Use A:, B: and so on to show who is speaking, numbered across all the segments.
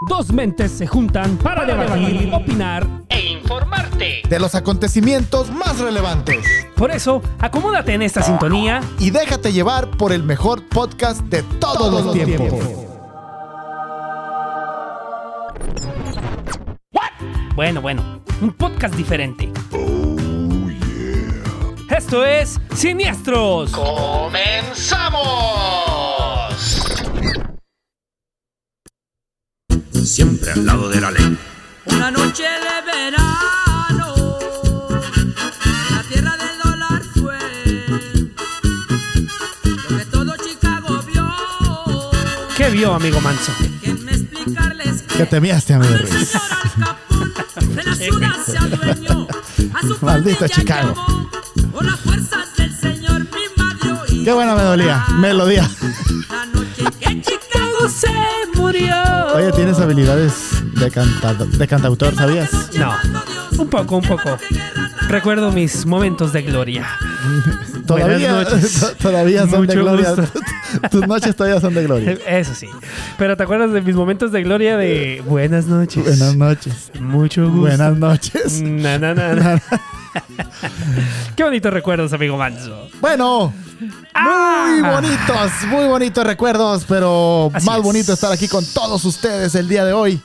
A: Dos mentes se juntan para, debatir, opinar e informarte.
B: de los acontecimientos más relevantes
A: Por eso, acomódate en esta sintonía.
B: y déjate llevar por el mejor podcast de todos, los, tiempos.
A: Bueno, bueno, un podcast diferente. Oh, Esto es Siniestros.
C: ¡Comenzamos!
D: siempre al lado de la ley.
E: Una noche de verano, la tierra del dólar fue lo que todo Chicago vio.
A: ¿Qué vio, amigo Manso?
E: Déjenme explicarles
B: ¿Qué
E: que
B: te miaste, amigo
E: cuando el
B: Ruiz?
E: señor Al Capone de la ciudad se adueñó, a su
B: Maldito
E: pandilla
B: Chicago.
E: llamó, con las fuerzas del señor me invadió y
B: Qué buena me dolía. Melodía.
E: la noche que Chicago se murió.
B: Oye, tienes habilidades de, cantado- de cantautor, ¿sabías?
A: No, un poco, un poco. Recuerdo mis momentos de gloria.
B: Todavía,
A: Buenas noches.
B: todavía son de
A: Mucho
B: gloria.
A: gusto.
B: Tus noches todavía son de gloria.
A: Eso sí. Pero ¿te acuerdas de mis momentos de gloria de buenas noches?
B: Buenas noches.
A: Mucho gusto.
B: Eh, Buenas noches.
A: Na, na, na, na. Qué bonitos recuerdos, amigo Manso.
B: Bueno, muy bonitos, muy bonitos recuerdos, pero
A: Ah. Así
B: más
A: es.
B: bonito estar aquí con todos ustedes el día de hoy.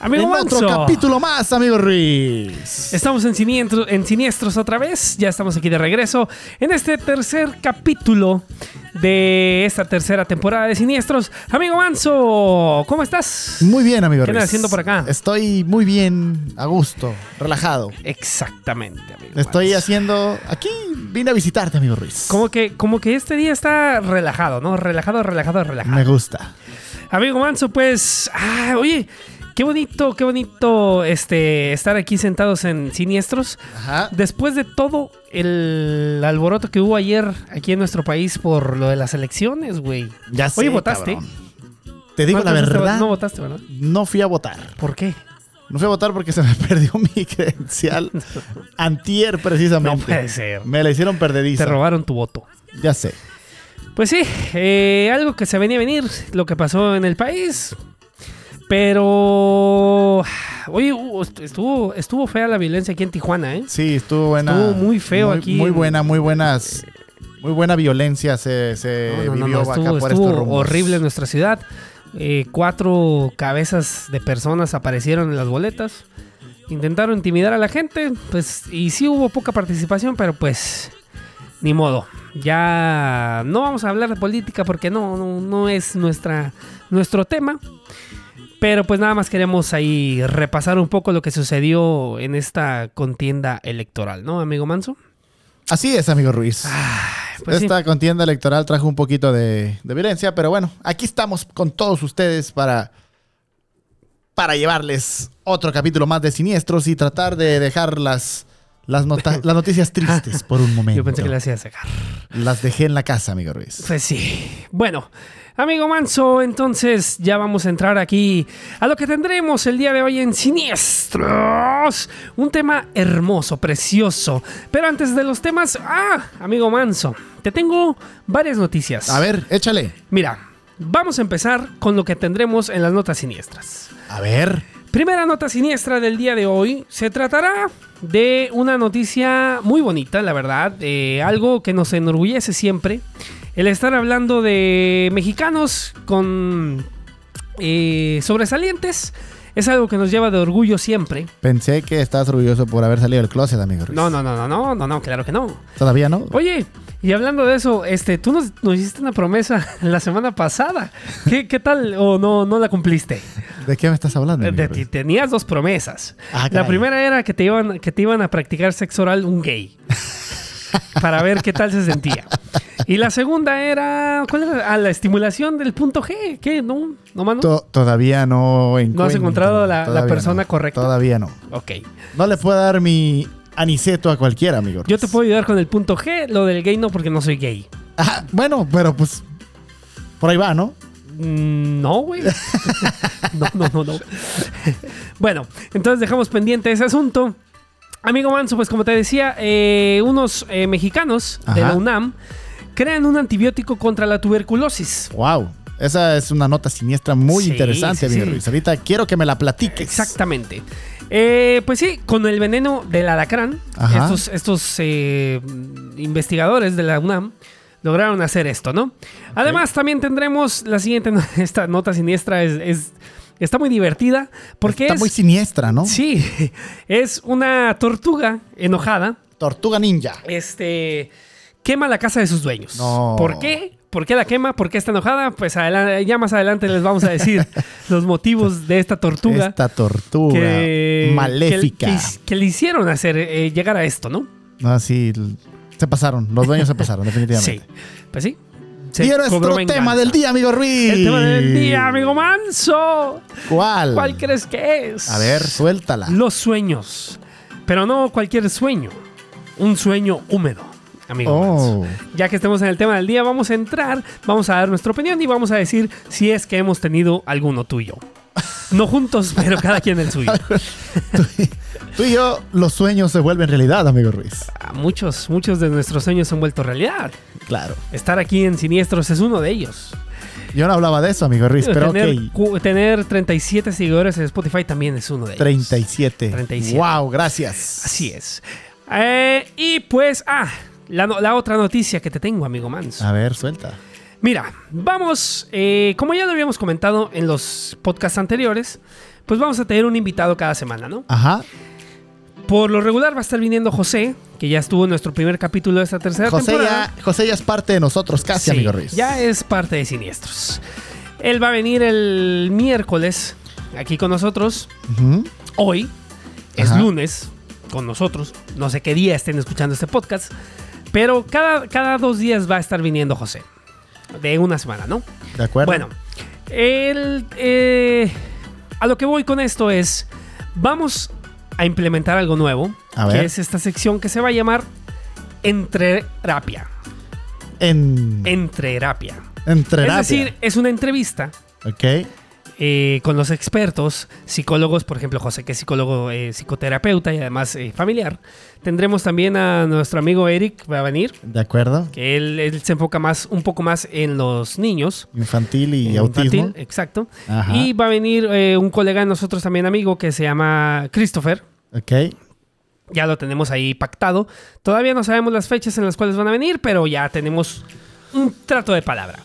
A: Amigo
B: en
A: Manso.
B: otro capítulo más, amigo Ruiz.
A: Estamos en, Sinientro- en Siniestros otra vez. Ya estamos aquí de regreso en este tercer capítulo de esta tercera temporada de Siniestros. Amigo Manso, ¿cómo estás?
B: Muy bien, amigo
A: ¿Qué andas
B: Ruiz.
A: haciendo por acá?
B: Estoy muy bien, a gusto, relajado.
A: Exactamente, amigo.
B: Estoy
A: Manso.
B: haciendo. Aquí vine a visitarte, amigo Ruiz.
A: Como que, como que este día está relajado, ¿no? Relajado, relajado, relajado.
B: Me gusta.
A: Amigo Manso, pues, ah, oye, qué bonito, qué bonito este, estar aquí sentados en Siniestros.
B: Ajá.
A: Después de todo el alboroto que hubo ayer aquí en nuestro país por lo de las elecciones, güey.
B: Ya sé.
A: Oye, ¿votaste?
B: cabrón. Te digo
A: No
B: la
A: alcanzaste a
B: verdad.
A: vo- No votaste, ¿verdad?
B: no fui a votar.
A: ¿Por qué?
B: No fui a votar porque se me perdió mi credencial antier precisamente.
A: No puede ser.
B: Me la hicieron perdediza.
A: Te robaron tu voto.
B: Ya sé.
A: Pues sí, eh, algo que se venía a venir, lo que pasó en el país. Pero, oye, hubo- estuvo, estuvo fea la violencia aquí en Tijuana, ¿eh?
B: Sí, estuvo buena.
A: Estuvo muy feo
B: muy-
A: aquí
B: Muy
A: en-
B: buena, muy buenas. Muy buena violencia se, se
A: No, no, no,
B: vivió
A: no,
B: acá
A: estuvo,
B: por este
A: estuvo
B: estos rumbos.
A: horrible en nuestra ciudad. Eh, cuatro cabezas de personas aparecieron en las boletas. Intentaron intimidar a la gente, pues, y sí hubo poca participación, pero pues, ni modo. Ya no vamos a hablar de política porque no, no, no es nuestra, nuestro tema. Pero pues nada más queremos ahí repasar un poco lo que sucedió en esta contienda electoral, ¿no, amigo Manso?
B: Así es, amigo Ruiz.
A: Pues sí.
B: Esta contienda electoral trajo un poquito de, de violencia, pero bueno, aquí estamos con todos ustedes para, para llevarles otro capítulo más de Siniestros y tratar de dejar las, las, nota- las noticias tristes por un momento.
A: Yo pensé que le hacía sacar.
B: Las dejé en la casa, amigo Ruiz.
A: Pues sí. Bueno, amigo Manso, entonces ya vamos a entrar aquí a lo que tendremos el día de hoy en Siniestros. Un tema hermoso, precioso. Pero antes de los temas, ah, amigo Manso, te tengo varias noticias.
B: A ver, échale.
A: Mira, vamos a empezar con lo que tendremos en las notas siniestras.
B: A ver.
A: Primera nota siniestra del día de hoy se tratará de una noticia muy bonita, la verdad, eh, algo que nos enorgullece siempre, el estar hablando de mexicanos con eh, sobresalientes. Es algo que nos lleva de orgullo siempre.
B: Pensé que estás orgulloso por haber salido del closet, amigo Ruiz.
A: No, no, no, no, no, no, no, claro que no.
B: ¿Todavía no?
A: Oye, y hablando de eso, este, tú nos, nos hiciste una promesa la semana pasada. ¿Qué, qué tal? ¿O no, no la cumpliste?
B: ¿De qué me estás hablando?
A: Eh,
B: amigo
A: de-
B: Ruiz?
A: tenías dos promesas.
B: Ah,
A: la
B: caray.
A: primera era que te iban, que te iban a practicar sexo oral un gay. para ver qué tal se sentía. Y la segunda era. ¿Cuál era? Ah, la estimulación del punto G. ¿Qué? No, no mano.
B: To- todavía no
A: ¿No has encontrado la- la
B: Todavía
A: persona
B: no.
A: correcta?
B: Todavía no.
A: Ok.
B: No le puedo dar mi aniceto a cualquiera, amigo.
A: Yo
B: Ruiz.
A: te puedo ayudar con el punto G, lo del gay no, porque no soy gay.
B: Ah, bueno, pero pues. Por ahí va, ¿no?
A: Mm, No, güey. no, no, no, no. bueno, entonces dejamos pendiente ese asunto. Amigo Manso, pues como te decía, eh, unos eh, mexicanos de
B: Ajá.
A: la UNAM crean un antibiótico contra la tuberculosis.
B: ¡Wow! Esa es una nota siniestra muy
A: Sí,
B: interesante,
A: sí,
B: amigo
A: sí.
B: Ruiz. Ahorita quiero que me la platiques.
A: Exactamente. Eh, pues sí, con el veneno del alacrán,
B: Ajá.
A: estos, estos eh, investigadores de la UNAM lograron hacer esto, ¿no? Además, también tendremos la siguiente, no- esta nota siniestra es, es- está muy divertida porque
B: Está
A: es...
B: muy siniestra, ¿no?
A: Sí, es una tortuga enojada,
B: Tortuga ninja.
A: este, quema la casa de sus dueños.
B: No.
A: ¿Por qué? ¿Por qué la quema? ¿Por qué está enojada? Pues adela- ya más adelante les vamos a decir los motivos de esta tortuga
B: Esta tortuga
A: que,
B: maléfica.
A: Que, que- que le hicieron hacer eh, llegar a esto, ¿no?
B: Ah, sí, l- se pasaron. Los dueños se pasaron,
A: Sí.
B: definitivamente.
A: Pues sí. Se
B: Y era nuestro
A: cobró venganza.
B: tema del día, amigo Ruiz.
A: El tema del día, amigo Manso.
B: ¿Cuál?
A: ¿Cuál crees que es?
B: A ver, suéltala.
A: Los sueños. Pero no cualquier sueño. Un sueño húmedo, amigo Manso.
B: Oh,
A: Ya que estemos en el tema del día, vamos a entrar, vamos a dar nuestra opinión y vamos a decir si es que hemos tenido alguno tuyo. No juntos, pero cada quien el suyo.
B: tú y yo, los sueños se vuelven realidad, amigo Ruiz.
A: Ah, Muchos, muchos de nuestros sueños se han vuelto realidad.
B: Claro.
A: Estar aquí en Siniestros es uno de ellos.
B: Yo no hablaba de eso, amigo Ruiz, pero
A: tener,
B: ok.
A: cu- tener 37 seguidores en Spotify también es uno de ellos.
B: 37.
A: 37.
B: Wow, gracias.
A: Así es. Eh, y pues, ah, la, no- la otra noticia que te tengo, amigo Manso.
B: A ver, suelta.
A: Mira, vamos, eh, como ya lo habíamos comentado en los podcasts anteriores, pues vamos a tener un invitado cada semana, ¿no?
B: Ajá.
A: Por lo regular va a estar viniendo José, que ya estuvo en nuestro primer capítulo de esta tercera
B: José
A: temporada.
B: ya, José ya es parte de nosotros
A: Sí,
B: casi, amigo Ruiz.
A: Ya es parte de Siniestros. Él va a venir el miércoles aquí con nosotros.
B: Ujú.
A: Hoy es
B: Ajá.
A: lunes con nosotros. No sé qué día estén escuchando este podcast. Pero cada, cada dos días va a estar viniendo José. De una semana, ¿no?
B: De acuerdo.
A: Bueno, el, eh, a lo que voy con esto es, vamos a implementar algo nuevo,
B: A
A: que
B: ver.
A: es esta sección que se va a llamar Entre Terapia.
B: En,
A: Entre Terapia.
B: entre
A: Es decir, es una entrevista
B: Ok.
A: eh, con los expertos, psicólogos, por ejemplo, José, que es psicólogo, eh, psicoterapeuta y además eh, familiar. Tendremos también a nuestro amigo Eric, va a venir,
B: De acuerdo.
A: que él, él se enfoca más, un poco más en los niños.
B: Infantil y
A: en
B: autismo.
A: infantil, eh. exacto.
B: Ajá.
A: Y va a venir eh, un colega de nosotros también, amigo, que se llama Christopher.
B: Ok.
A: Ya lo tenemos ahí pactado. Todavía no sabemos las fechas en las cuales van a venir, pero ya tenemos un trato de palabra.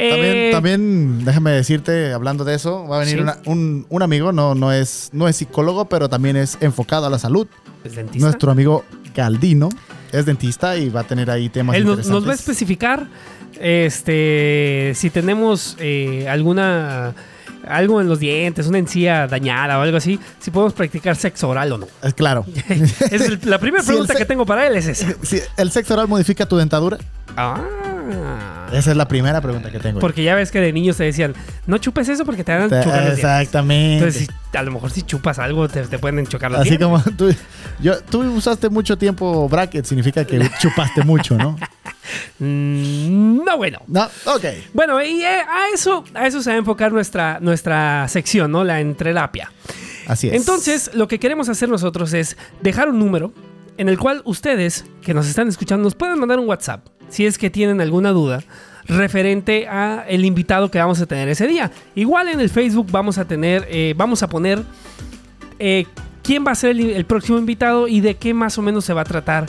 A: Eh,
B: También, también, déjame decirte, hablando de eso, va a venir
A: Sí.
B: una- un, un amigo, no, no, es, no es psicólogo, pero también es enfocado a la salud.
A: ¿es pues, dentista?
B: Nuestro amigo Galdino es dentista y va a tener ahí temas
A: Él nos,
B: interesantes.
A: nos va a especificar este, si tenemos eh, alguna algo en los dientes, una encía dañada o algo así, si podemos practicar sexo oral o no.
B: Eh, Claro.
A: Es el- la primera
B: Sí, el
A: pregunta
B: se-
A: que tengo para él es esa.
B: Si ¿El sexo oral modifica tu dentadura?
A: Ah.
B: Esa es la primera pregunta que tengo.
A: Porque ya ves que de niños te decían, no chupes eso porque te van a
B: Te-
A: chocar los dientes.
B: Exactamente.
A: Entonces, si- a lo mejor si chupas algo te, te pueden chocar los
B: Así
A: dientes.
B: como tú, yo, tú usaste mucho tiempo bracket, significa que chupaste mucho, ¿no?
A: Mm, no, bueno.
B: No, ok.
A: Bueno, y eh, a eso a eso se va a enfocar nuestra, nuestra sección, ¿no? La entrelapia.
B: Así es.
A: Entonces, lo que queremos hacer nosotros es dejar un número en el cual ustedes que nos están escuchando nos pueden mandar un WhatsApp si es que tienen alguna duda referente a el invitado que vamos a tener ese día. Igual en el Facebook vamos a tener, eh, vamos a poner eh, quién va a ser el, el próximo invitado y de qué más o menos se va a tratar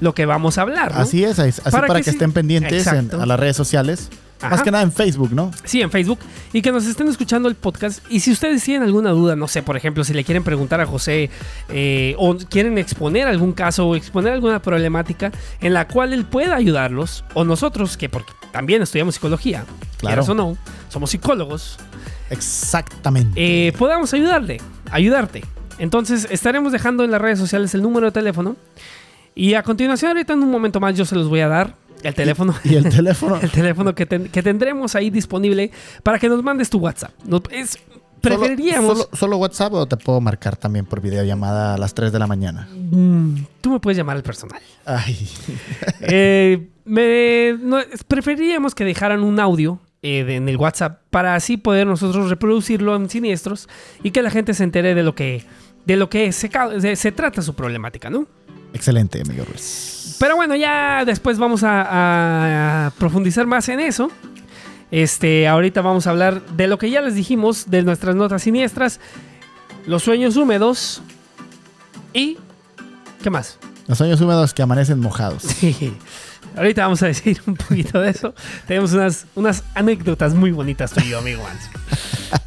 A: lo que vamos a hablar. ¿no?
B: Así es, así para, que,
A: sí-
B: estén pendientes en-
A: Exacto.
B: a las redes sociales.
A: Ajá.
B: Más que nada en Facebook, ¿no?
A: Sí, en Facebook. Y que nos estén escuchando el podcast. Y si ustedes tienen alguna duda, no sé, por ejemplo, si le quieren preguntar a José eh, o quieren exponer algún caso o exponer alguna problemática en la cual él pueda ayudarlos, o nosotros, que porque también estudiamos psicología, claro.
B: Claro.
A: o no, somos psicólogos,
B: Exactamente.
A: eh, podamos ayudarle, ayudarte. Entonces estaremos dejando en las redes sociales el número de teléfono. Y a continuación, ahorita en un momento más, yo se los voy a dar el teléfono
B: y el teléfono.
A: el teléfono que, ten- que tendremos ahí disponible para que nos mandes tu WhatsApp. Nos- es- preferiríamos.
B: Solo, solo- solo WhatsApp o te puedo marcar también por videollamada a las 3 de la mañana?
A: Mm, tú me puedes llamar al personal.
B: Ay.
A: Eh, me- no, es- preferiríamos que dejaran un audio eh, de- en el WhatsApp para así poder nosotros reproducirlo en siniestros y que la gente se entere de lo que, de lo que se, ca- se- se trata su problemática, ¿no?
B: Excelente, amigo Ruiz.
A: Pero bueno, ya después vamos a, a profundizar más en eso. Este, ahorita vamos a hablar de lo que ya les dijimos, de nuestras notas siniestras, los sueños húmedos y... ¿Qué más?
B: Los sueños húmedos que amanecen mojados.
A: Sí. Ahorita vamos a decir un poquito de eso. Tenemos unas, unas anécdotas muy bonitas tú y yo, amigo Manso.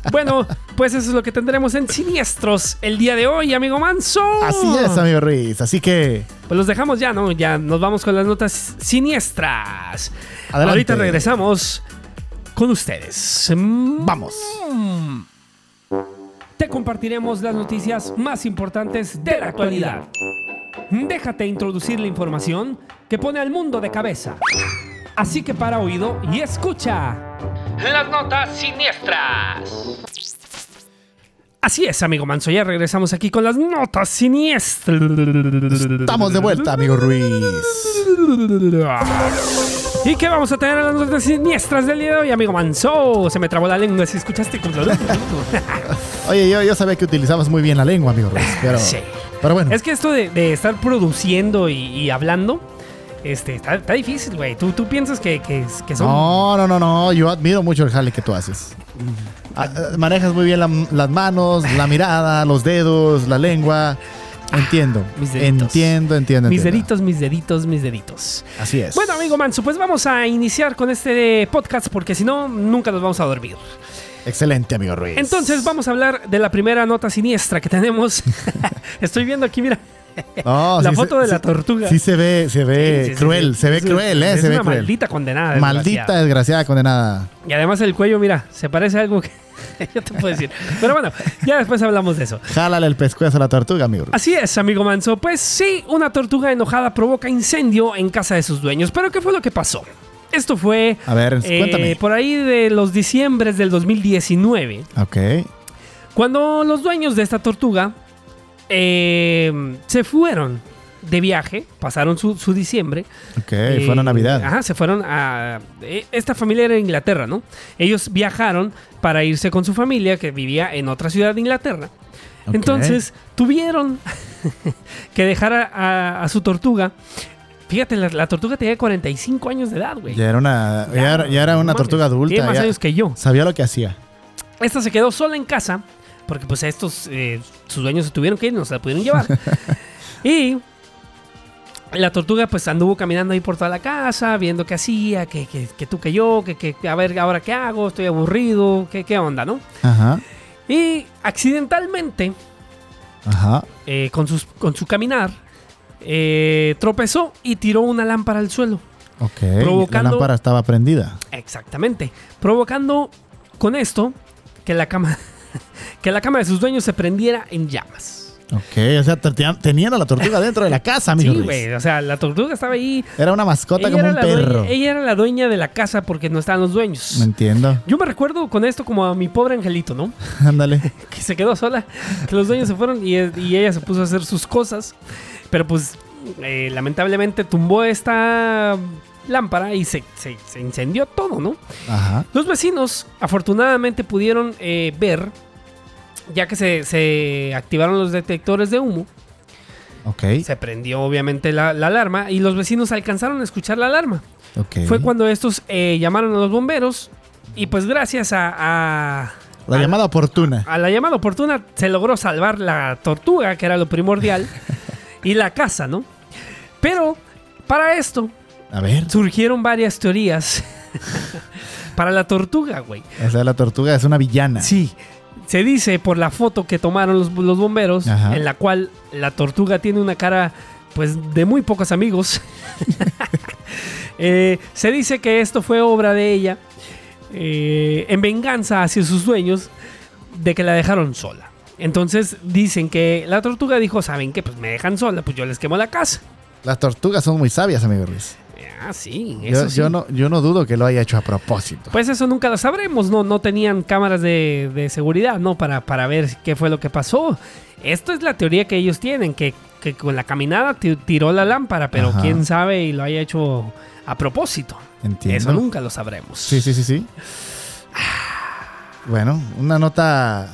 A: Bueno, pues eso es lo que tendremos en Siniestros el día de hoy, amigo Manso.
B: Así es, amigo Ruiz. Así que
A: Pues los dejamos ya, ¿no? Ya nos vamos con las notas siniestras.
B: Adelante.
A: Ahorita regresamos con ustedes. Mm,
B: vamos.
A: Te compartiremos las noticias más importantes de la actualidad. Déjate introducir la información que pone al mundo de cabeza. Así que para oído y escucha. Las notas siniestras. Así es, amigo Manso. Ya regresamos aquí con las notas siniestras.
B: Estamos de vuelta, amigo Ruiz.
A: ¿Y qué vamos a tener en las notas siniestras del día de hoy, amigo Manso? Se me trabó la lengua, si escuchaste.
B: Oye, yo, yo sabía que utilizabas muy bien la lengua, amigo Ruiz. Pero,
A: Sí.
B: pero bueno,
A: Es que esto de, de estar produciendo y, y hablando, este, está, está difícil, güey. ¿Tú, tú piensas que, que- que son...
B: No, no, no, no. Yo admiro mucho el jale que tú haces. Ah, ah, Manejas muy bien la- las manos, la mirada, los dedos, la lengua. Entiendo.
A: Ah, mis deditos.
B: entiendo, entiendo.
A: mis
B: entiendo.
A: deditos, mis deditos, mis deditos.
B: Así es.
A: Bueno, amigo Manso, pues vamos a iniciar con este podcast porque si no, nunca nos vamos a dormir.
B: Excelente, amigo Ruiz.
A: Entonces, vamos a hablar de la primera nota siniestra que tenemos. Estoy viendo aquí, mira.
B: No,
A: la
B: sí
A: foto
B: se-
A: de la
B: sí-
A: tortuga.
B: Sí se ve, se ve
A: Sí, sí, sí,
B: cruel,
A: sí.
B: se ve
A: Es-
B: cruel, eh,
A: es
B: se ve
A: una
B: cruel.
A: Maldita condenada.
B: Maldita
A: desgraciada.
B: desgraciada condenada.
A: Y además el cuello, mira, se parece a algo que yo te puedo decir. Pero bueno, ya después hablamos de eso.
B: Jálale el pescuezo a la tortuga, amigo Ruiz.
A: Así es, amigo Manso. Pues sí, una tortuga enojada provoca incendio en casa de sus dueños. Pero ¿qué fue lo que pasó? Esto fue eh,
B: A ver, cuéntame.
A: por ahí de los diciembres del 2019,
B: Ok.
A: cuando los dueños de esta tortuga eh, se fueron de viaje, pasaron su, su diciembre.
B: Ok, fue una
A: Eh,
B: Navidad.
A: Ajá, se fueron a... eh, Esta familia era de Inglaterra, ¿no? Ellos viajaron para irse con su familia que vivía en otra ciudad de Inglaterra.
B: Ok.
A: Entonces tuvieron que dejar a, a- a su tortuga. Fíjate, la, la tortuga tenía 45 años de edad, güey.
B: Ya era una, ya,
A: Ya,
B: era- ya era
A: no
B: una
A: mames,
B: tortuga adulta.
A: Tiene más
B: ya
A: años que yo.
B: Sabía lo que hacía.
A: Esta se quedó sola en casa porque pues estos, eh, sus dueños se tuvieron que ir, no se la pudieron llevar. y la tortuga pues anduvo caminando ahí por toda la casa, viendo qué hacía, que, que- que tú, que yo, que, que a ver ahora qué hago, estoy aburrido, qué, qué onda, ¿no?
B: Ajá.
A: Y accidentalmente,
B: Ajá.
A: eh, con, sus- con su caminar, eh, tropezó y tiró una lámpara al suelo.
B: Ok.
A: Provocando-
B: La lámpara estaba prendida.
A: Exactamente. Provocando con esto que la cama, que la cama de sus dueños se prendiera en llamas.
B: Ok. O sea, te- tenían a la tortuga dentro de la casa, amigo.
A: Sí,
B: Ruiz.
A: güey. O sea, la tortuga estaba ahí.
B: Era una mascota como
A: era
B: un
A: la dueña-
B: perro.
A: ella era la dueña de la casa porque no estaban los dueños.
B: Me entiendo.
A: Yo me recuerdo con esto como a mi pobre angelito, ¿no?
B: Ándale.
A: Que se quedó sola, que los dueños se fueron y, y ella se puso a hacer sus cosas. Pero pues, eh, lamentablemente tumbó esta lámpara y se- se- se incendió todo, ¿no?
B: Ajá.
A: Los vecinos afortunadamente pudieron eh, ver, ya que se, se activaron los detectores de humo,
B: Ok.
A: se prendió obviamente la, la alarma y los vecinos alcanzaron a escuchar la alarma.
B: Ok.
A: Fue cuando estos eh, llamaron a los bomberos y pues gracias a, a-
B: La
A: a-
B: llamada oportuna.
A: a la llamada oportuna se logró salvar la tortuga, que era lo primordial, y la casa, ¿no? Pero para esto
B: A ver.
A: surgieron varias teorías para la tortuga, güey.
B: O sea, la tortuga es una villana.
A: Sí. Se dice por la foto que tomaron los, los bomberos,
B: Ajá.
A: en la cual la tortuga tiene una cara, pues, de muy pocos amigos. Eh, se dice que esto fue obra de ella, eh, en venganza hacia sus dueños, de que la dejaron sola. Entonces dicen que la tortuga dijo, ¿saben qué? Pues me dejan sola, pues yo les quemo la casa.
B: Las tortugas son muy sabias, amigo Ruiz.
A: Ah, sí, eso
B: Yo,
A: sí.
B: yo no, yo no dudo que lo haya hecho a propósito.
A: Pues eso nunca lo sabremos, ¿no? No tenían cámaras de, de seguridad, ¿no? Para, para ver qué fue lo que pasó. Esto es la teoría que ellos tienen, que, que con la caminada ti- tiró la lámpara, pero
B: Ajá.
A: quién sabe y lo haya hecho a propósito.
B: Entiendo.
A: Eso nunca lo sabremos.
B: Sí, sí, sí, sí. Bueno, una nota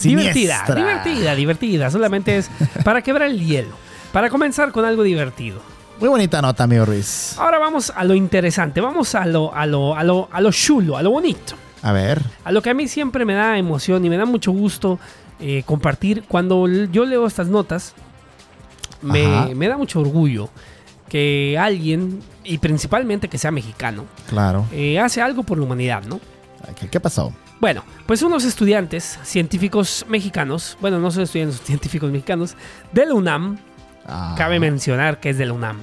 A: Divertida,
B: siniestra.
A: divertida, divertida. Solamente es para quebrar el hielo. Para comenzar con algo divertido.
B: Muy bonita nota, amigo Ruiz.
A: Ahora vamos a lo interesante, vamos a lo, a lo, a lo, a lo chulo, a lo bonito.
B: A ver.
A: A lo que a mí siempre me da emoción y me da mucho gusto eh, compartir. Cuando l- yo leo estas notas,
B: Ajá.
A: me, me da mucho orgullo que alguien, y principalmente que sea mexicano,
B: Claro.
A: eh, hace algo por la humanidad, ¿no?
B: ¿Qué, qué pasó?
A: Bueno, pues unos estudiantes científicos mexicanos, bueno, no son estudiantes científicos mexicanos, de la UNAM,
B: Ah,
A: cabe mencionar que es de la UNAM,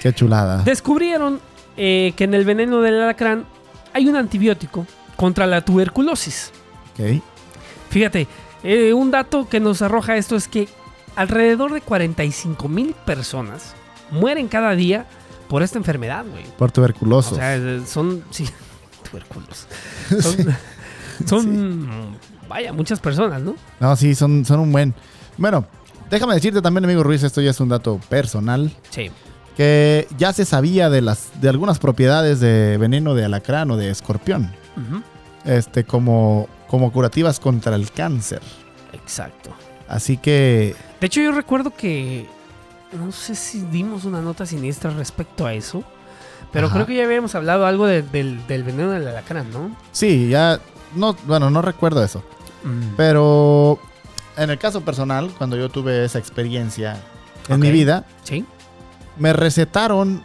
B: Qué chulada.
A: descubrieron eh, que en el veneno del alacrán hay un antibiótico contra la tuberculosis.
B: Ok.
A: Fíjate, eh, un dato que nos arroja esto es que alrededor de 45 mil personas mueren cada día por esta enfermedad, güey.
B: Por
A: O
B: tuberculosos.
A: sea, eh, son. Sí, tuberculos. Son. son, Vaya, muchas personas, ¿no?
B: No, sí, son, son un buen. Bueno, déjame decirte también, amigo Ruiz, esto ya es un dato personal.
A: Sí.
B: Que ya se sabía de las de algunas propiedades de veneno de alacrán o de escorpión.
A: Ujú,
B: Este, como, como curativas contra el cáncer.
A: Exacto.
B: Así que.
A: De hecho, yo recuerdo que. No sé si dimos una nota siniestra respecto a eso. Pero
B: Ajá.
A: creo que ya habíamos hablado algo de- del, del veneno del alacrán, ¿no?
B: Sí, ya. No, bueno, no recuerdo eso.
A: Mm.
B: Pero en el caso personal, cuando yo tuve esa experiencia en
A: Ok.
B: mi vida,
A: Sí.
B: me recetaron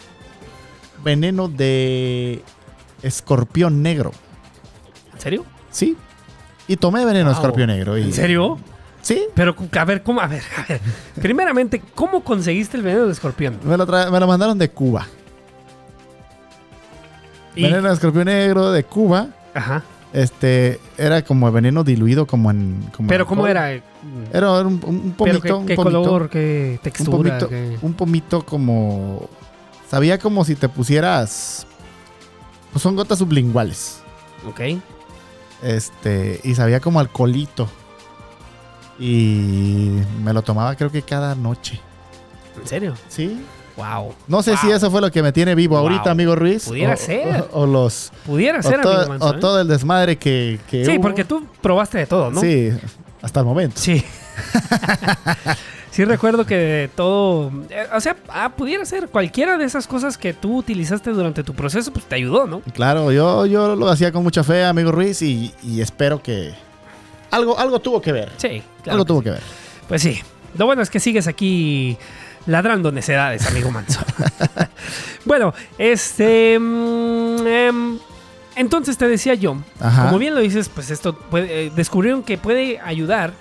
B: veneno de escorpión negro.
A: ¿En serio?
B: Sí. Y tomé veneno de
A: Wow.
B: escorpión negro. y-
A: ¿En serio?
B: Sí.
A: Pero, a ver, ¿cómo? A ver, a ver. Primeramente, ¿cómo conseguiste el veneno del escorpión?
B: Me lo, tra- me lo mandaron de Cuba.
A: Y-
B: Veneno de escorpión negro de Cuba.
A: Ajá.
B: Este era como veneno diluido, como en. como en
A: Pero, ¿cómo
B: alcohol.
A: era?
B: Era un, un pomito.
A: ¿Pero qué,
B: un
A: qué
B: pomito.
A: color, qué
B: un
A: textura?
B: pomito,
A: qué-
B: un pomito como sabía como si te pusieras pues son gotas sublinguales
A: Ok.
B: este y sabía como alcoholito y me lo tomaba creo que cada noche
A: ¿En serio?
B: sí
A: Wow.
B: no sé si eso fue lo que me tiene vivo
A: Wow.
B: ahorita amigo Ruiz
A: Pudiera
B: o,
A: ser.
B: o, o los
A: Pudiera
B: o,
A: ser,
B: todo,
A: amigo Manso,
B: o
A: ¿eh?
B: todo el desmadre que, que
A: Sí,
B: hubo.
A: porque tú probaste de todo, ¿no?
B: sí hasta el momento
A: Sí. sí, recuerdo que de todo. eh, o sea, ah, pudiera ser cualquiera de esas cosas que tú utilizaste durante tu proceso, pues te ayudó, ¿no?
B: Claro, yo, yo lo hacía con mucha fe, amigo Ruiz, y, y espero que algo, algo tuvo que ver.
A: Sí,
B: algo
A: claro.
B: tuvo que ver.
A: Pues sí. Lo bueno es que sigues aquí ladrando necedades, amigo Manso. bueno, este. mm, em, entonces te decía yo,
B: Ajá.
A: como bien lo dices, pues esto puede- eh, descubrieron que puede ayudar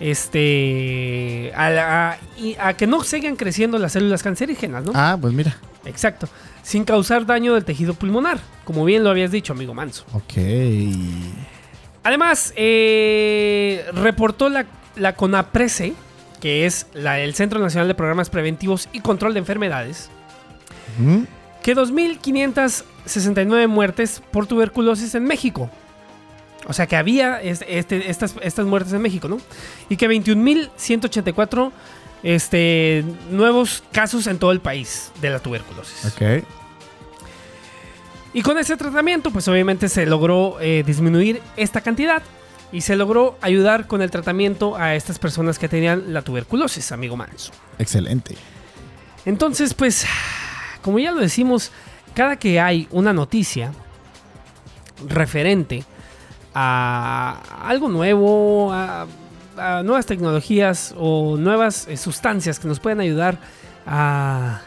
A: este a, la- y a que no sigan creciendo las células cancerígenas, ¿no?
B: Ah, pues mira.
A: Exacto, sin causar daño del tejido pulmonar, como bien lo habías dicho, amigo Manso.
B: Ok.
A: Además, eh, reportó la, la CONAPRESE, que es la- el Centro Nacional de Programas Preventivos y Control de Enfermedades, ¿Mm?
B: Ujú.
A: que 2.569 muertes por tuberculosis en México. O sea que había es- este- estas, estas muertes en México, ¿no? Y que 21.184 este, nuevos casos en todo el país de la tuberculosis.
B: Ok.
A: Y con ese tratamiento, pues obviamente se logró eh, disminuir esta cantidad y se logró ayudar con el tratamiento a estas personas que tenían la tuberculosis, amigo Manso.
B: Excelente.
A: Entonces, pues, como ya lo decimos, cada que hay una noticia referente a algo nuevo, a, a nuevas tecnologías o nuevas eh, sustancias que nos pueden ayudar a,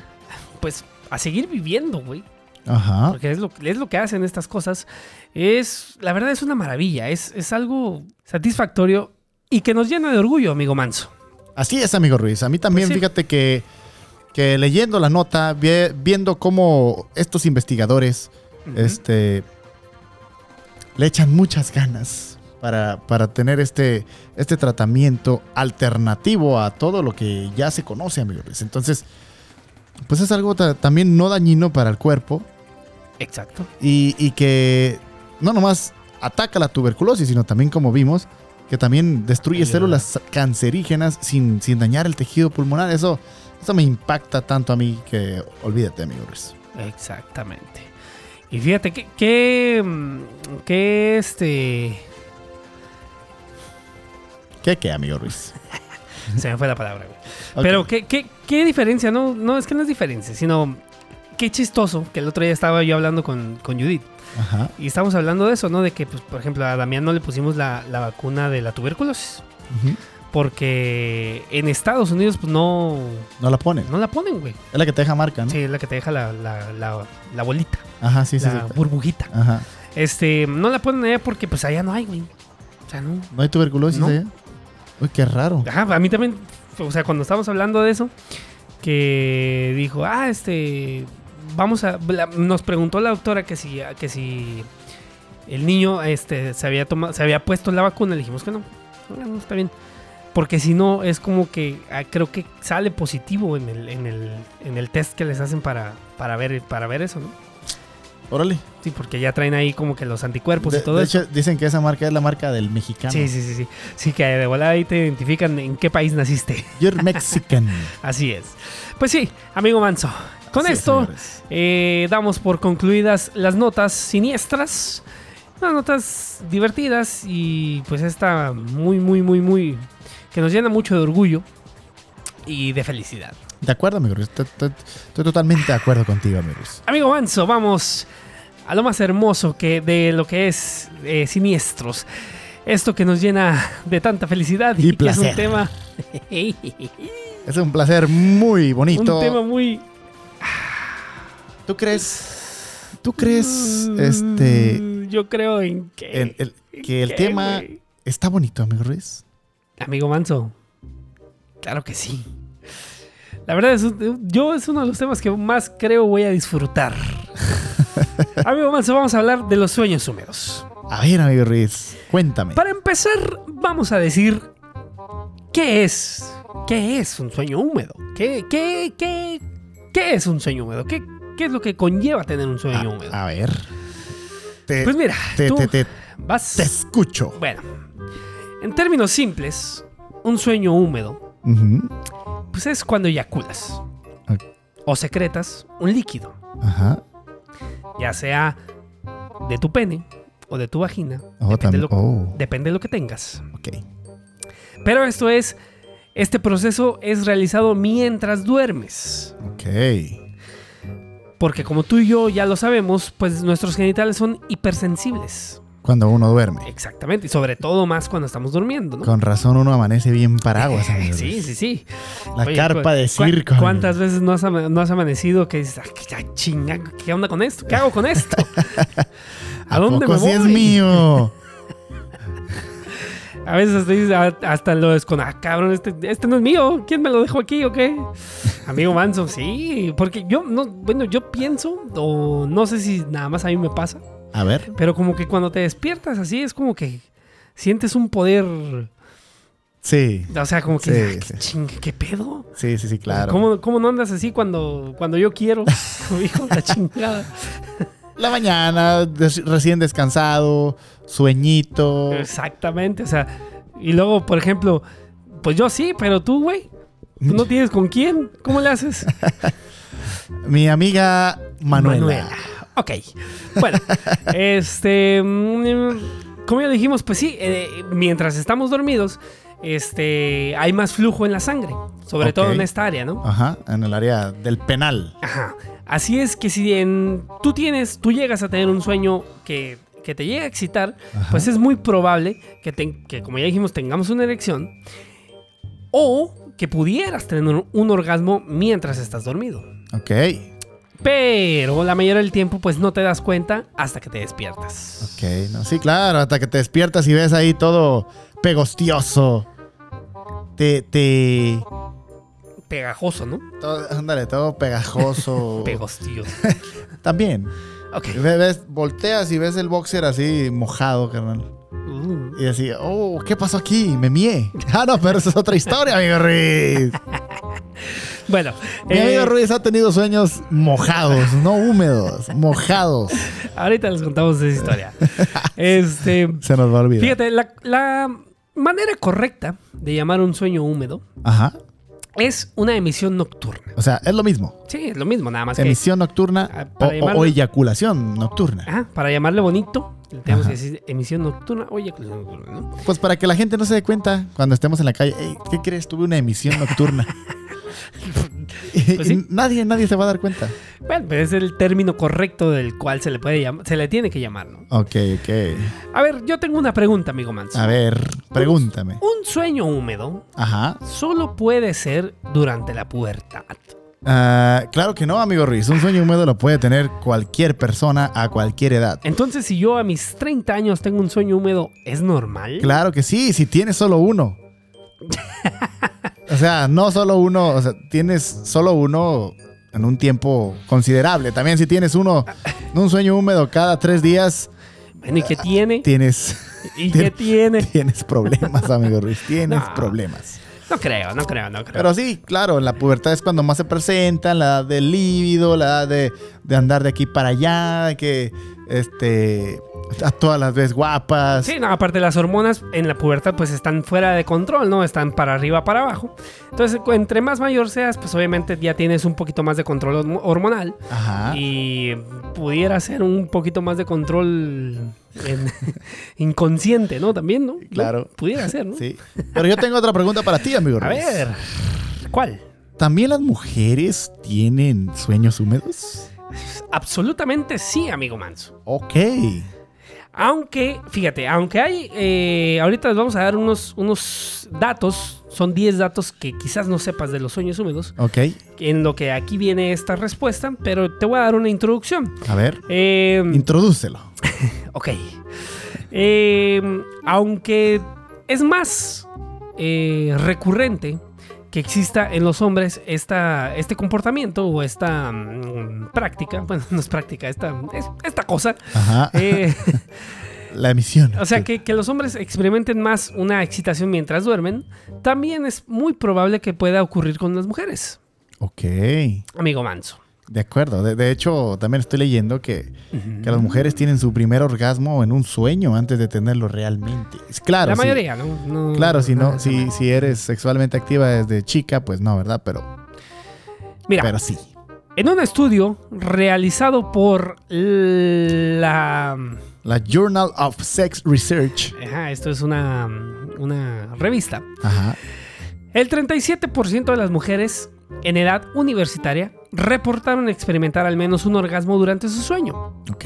A: pues, a seguir viviendo, güey
B: Ajá.
A: porque es lo, es lo que hacen estas cosas, es, la verdad es una maravilla, es, es algo satisfactorio y que nos llena de orgullo, amigo Manso.
B: Así es, amigo Ruiz. A mí también,
A: Pues sí.
B: fíjate que, que leyendo la nota, vi- viendo cómo estos investigadores
A: Ujú.
B: este, le echan muchas ganas para, para tener este, este tratamiento alternativo a todo lo que ya se conoce, amigo Ruiz. Entonces, pues es algo ta- también no dañino para el cuerpo.
A: Exacto.
B: y, y que no nomás ataca la tuberculosis, sino también, como vimos, que también destruye
A: Ayuda.
B: células cancerígenas sin, sin dañar el tejido pulmonar. Eso, eso me impacta tanto a mí que olvídate, amigo Ruiz.
A: Exactamente. Y fíjate que, que, mm, que este,
B: ¿Qué qué, amigo Ruiz?
A: Se me fue la palabra, güey.
B: Ok.
A: Pero ¿qué, qué, qué diferencia, no, no, es que no es diferencia, sino qué chistoso que el otro día estaba yo hablando con, con Judith.
B: Ajá.
A: Y estamos hablando de eso, ¿no? De que, pues, por ejemplo, a Damián no le pusimos la, la vacuna de la tuberculosis.
B: Ujú.
A: Porque en Estados Unidos, pues no,
B: No la ponen.
A: no la ponen, güey.
B: Es la que te deja marca, ¿no?
A: Sí, es la que te deja la, la, la- la bolita,
B: Ajá, sí, sí.
A: la
B: sí.
A: burbujita.
B: Ajá.
A: Este, no la ponen allá porque, pues, allá no hay, güey. O sea, no.
B: ¿No hay tuberculosis
A: No.
B: allá? Uy, qué raro.
A: Ajá, a mí también, o sea, cuando estábamos hablando de eso, que dijo, ah, este, vamos a, la- nos preguntó la doctora que si, que si el niño, este, se había tomado, se había puesto la vacuna, le dijimos que no, Ah, no, está bien, porque si no, es como que, ah, creo que sale positivo en el, en el, en el test que les hacen para, para ver, para ver eso, ¿no?
B: Órale.
A: Sí, porque ya traen ahí como que los anticuerpos
B: De,
A: Pues, y todo
B: de
A: eso.
B: hecho, dicen que esa marca es la marca del mexicano.
A: Sí, sí, sí, sí. Sí, que de volada ahí te identifican en qué país naciste.
B: You're Mexican.
A: Así es. Pues sí, amigo Manso. Con
B: Así es,
A: esto
B: señores.
A: eh, damos por concluidas las notas siniestras. Unas notas divertidas y pues esta muy, muy, muy, muy... que nos llena mucho de orgullo y de felicidad.
B: De acuerdo, amigo. Ruiz. Estoy, estoy- estoy totalmente de acuerdo contigo, amigo. Ruiz.
A: Amigo Manso, vamos a lo más hermoso que de lo que es eh, siniestros. Esto que nos llena de tanta felicidad
B: Y
A: y, que es un
B: placer.
A: tema...
B: Es un placer muy bonito.
A: un tema muy...
B: ¿Tú crees? ¿Tú crees este
A: mm, Yo creo en que...
B: en el- que el
A: ¿Qué,
B: tema
A: güey?
B: está bonito, amigo Ruiz?
A: Amigo Manso, claro que sí. La verdad es, un- yo es uno de los temas que más creo voy a disfrutar. Amigo Manso, vamos a hablar de los sueños húmedos.
B: A ver, amigo Ruiz, cuéntame.
A: Para empezar, vamos a decir qué es, qué es un sueño húmedo, qué, qué, qué, qué es un sueño húmedo, qué, qué es lo que conlleva tener un sueño húmedo.
B: A, a ver. Te,
A: pues mira,
B: Ah, te-
A: tú
B: te- te-
A: vas.
B: te escucho.
A: Bueno, en términos simples, un sueño húmedo
B: Ujú.
A: Pues es cuando eyaculas
B: Ok.
A: o secretas un líquido,
B: Ajá.
A: ya sea de tu pene o de tu vagina,
B: Oh,
A: depende,
B: también.
A: lo,
B: Oh,
A: depende lo que tengas.
B: ok.
A: Pero esto es, este proceso es realizado mientras duermes,
B: Ok.
A: porque como tú y yo ya lo sabemos, pues nuestros genitales son hipersensibles.
B: Cuando uno duerme.
A: Exactamente, y sobre todo más cuando estamos durmiendo, ¿no?
B: Con razón uno amanece bien paraguas, amigo Ruiz.
A: Sí, sí, sí.
B: La
A: Oye,
B: carpa
A: cu-
B: de
A: cu-
B: circo. amigo.
A: ¿Cuántas veces no has, ama- no has amanecido que dices, "Ah, qué ya chinga, qué onda con esto? ¿Qué hago con esto? ¿A dónde
B: poco
A: me
B: sí
A: voy?
B: es mío?
A: A veces hasta, dices, "Ah, hasta lo descon... Ah, cabrón, este, este no es mío. ¿Quién me lo dejó aquí o qué? Amigo Manso, sí. Porque yo, no, bueno, yo pienso, o no sé si nada más a mí me pasa,
B: A ver.
A: pero como que cuando te despiertas así es como que sientes un poder... O
B: Sí.
A: sea, como que...
B: Sí,
A: "Ah, qué
B: sí.
A: chinga, qué pedo.
B: Sí, sí, sí, claro.
A: ¿Cómo, cómo no andas así cuando, cuando yo quiero? Como dijo la chingada.
B: La mañana, des- recién descansado, sueñito.
A: Exactamente, o sea, y luego, por ejemplo, pues yo sí, pero tú, güey, tú no tienes con quién, ¿cómo le haces?
B: Mi amiga Manuela.
A: Ok, bueno, este, mm, como ya dijimos, pues sí, eh, mientras estamos dormidos, este, hay más flujo en la sangre, sobre
B: Ok.
A: todo en esta área, ¿no?
B: Ajá, en el área del penal.
A: Ajá. Así es que si en- tú tienes, tú llegas a tener un sueño que, que te llega a excitar, pues es muy probable que, te- que, como ya dijimos, tengamos una erección o que pudieras tener un orgasmo mientras estás dormido.
B: Ok,
A: Pero la mayoría del tiempo pues no te das cuenta hasta que te despiertas.
B: ok. No, sí, claro, hasta que te despiertas y ves ahí todo pegostioso. Te, te...
A: Pegajoso, ¿no?
B: todo- ándale, todo pegajoso.
A: Pegostillo.
B: También.
A: Ok.
B: Ve- ves- volteas y ves el boxer así mojado, carnal.
A: Uh.
B: Y así, oh, ¿qué pasó aquí? Me mié. Ah, no, pero esa es otra historia, amigo Ruiz.
A: Bueno,
B: Mi
A: eh,
B: amigo Ruiz ha tenido sueños mojados, no húmedos, mojados.
A: ahorita les contamos esa historia. este,
B: Se nos va a olvidar.
A: Fíjate, la, la manera correcta de llamar un sueño húmedo
B: Ajá.
A: Es una emisión nocturna.
B: O sea, es lo mismo.
A: Sí, es lo mismo, nada más que.
B: Emisión nocturna
A: Ah,
B: o,
A: para
B: o-
A: llamarlo-
B: o eyaculación nocturna.
A: Ajá, para llamarle bonito, le tenemos
B: Ajá.
A: que decir emisión nocturna. Oye, que- ¿no?
B: Pues para que la gente no se dé cuenta cuando estemos en la calle, "Ey, ¿qué crees? Tuve una emisión nocturna. Y-
A: Pues
B: y
A: sí.
B: nadie, nadie se va a dar cuenta.
A: Bueno, pero es el término correcto del cual se le puede llamar, se le tiene que llamar, ¿no?
B: Ok, ok.
A: A ver, yo tengo una pregunta, amigo Manso.
B: A ver, pregúntame.
A: Un sueño húmedo
B: Ajá.
A: solo puede ser durante la pubertad.
B: Ah, claro que no, amigo Ruiz. Un sueño húmedo lo puede tener cualquier persona a cualquier edad.
A: Entonces, si yo a mis 30 años tengo un sueño húmedo, ¿es normal?
B: Claro que sí, si tienes solo uno. O sea, no solo uno, o sea, tienes solo uno en un tiempo considerable. También si tienes uno, un sueño húmedo cada tres días,
A: Bueno, ¿y qué tiene?
B: tienes,
A: ¿Y qué tiene?
B: tienes problemas, amigo Ruiz. Tienes
A: No.
B: problemas.
A: No creo, no creo, no creo.
B: Pero sí, claro, la pubertad es cuando más se presentan, la edad del líbido, la edad de, de andar de aquí para allá, de que este a todas las veces guapas.
A: Sí, no, aparte las hormonas en la pubertad pues están fuera de control, ¿no? Están para arriba, para abajo. Entonces, cu- entre más mayor seas, pues obviamente ya tienes un poquito más de control horm- hormonal
B: Ajá.
A: y pudiera ser un poquito más de control en- inconsciente, ¿no? También, ¿no?
B: Claro.
A: Pudiera ser, ¿no?
B: Sí. Pero yo tengo otra pregunta para ti, amigo
A: A
B: Ruiz.
A: ver, ¿cuál?
B: ¿También las mujeres tienen sueños húmedos?
A: Absolutamente sí, amigo Manso.
B: Ok.
A: Aunque, fíjate, aunque hay, eh, ahorita les vamos a dar unos, unos datos, son 10 datos que quizás no sepas de los sueños húmedos,
B: Ok.
A: en lo que aquí viene esta respuesta, pero te voy a dar una introducción.
B: A ver,
A: Eh,
B: introdúcelo.
A: ok. Eh, aunque es más eh, recurrente que exista en los hombres esta, este comportamiento o esta mm, práctica, bueno, no es práctica, esta, es- esta cosa.
B: Ajá.
A: eh,
B: La emisión.
A: o sea, que, que los hombres experimenten más una excitación mientras duermen, también es muy probable que pueda ocurrir con las mujeres,
B: Ok.
A: amigo Manso.
B: De acuerdo. De, de hecho, también estoy leyendo que, que las mujeres tienen su primer orgasmo en un sueño antes de tenerlo realmente. Es Claro.
A: La
B: sí.
A: mayoría, Ah, ¿no? No-
B: Claro, si
A: ajá,
B: no,
A: la
B: si,
A: mayoría.
B: si eres sexualmente activa desde chica, pues no, ¿verdad? Pero,
A: Mira,
B: pero sí.
A: En un estudio realizado por la...
B: La Journal of Sex Research.
A: Ajá, esto es una, una revista.
B: Ajá.
A: El 37% de las mujeres en edad universitaria reportaron experimentar al menos un orgasmo durante su sueño.
B: Ok.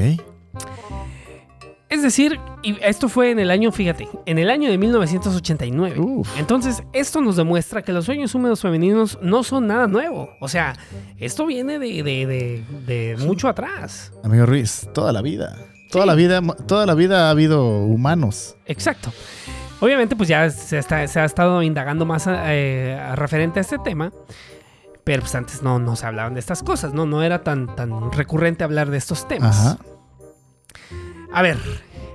A: Es decir, y esto fue en el año, fíjate, en el año de 1989.
B: Uf.
A: Entonces, esto nos demuestra que los sueños húmedos femeninos no son nada nuevo. O sea, esto viene de, de- de- de mucho atrás.
B: Amigo Ruiz, toda la vida. Toda la vida, toda la vida ha habido humanos.
A: Exacto. Obviamente, pues ya se, está- se ha estado indagando más eh, a- referente a este tema. Pero pues antes no, no se hablaban de estas cosas, ¿no? No era tan, tan recurrente hablar de estos temas.
B: Ajá.
A: A ver,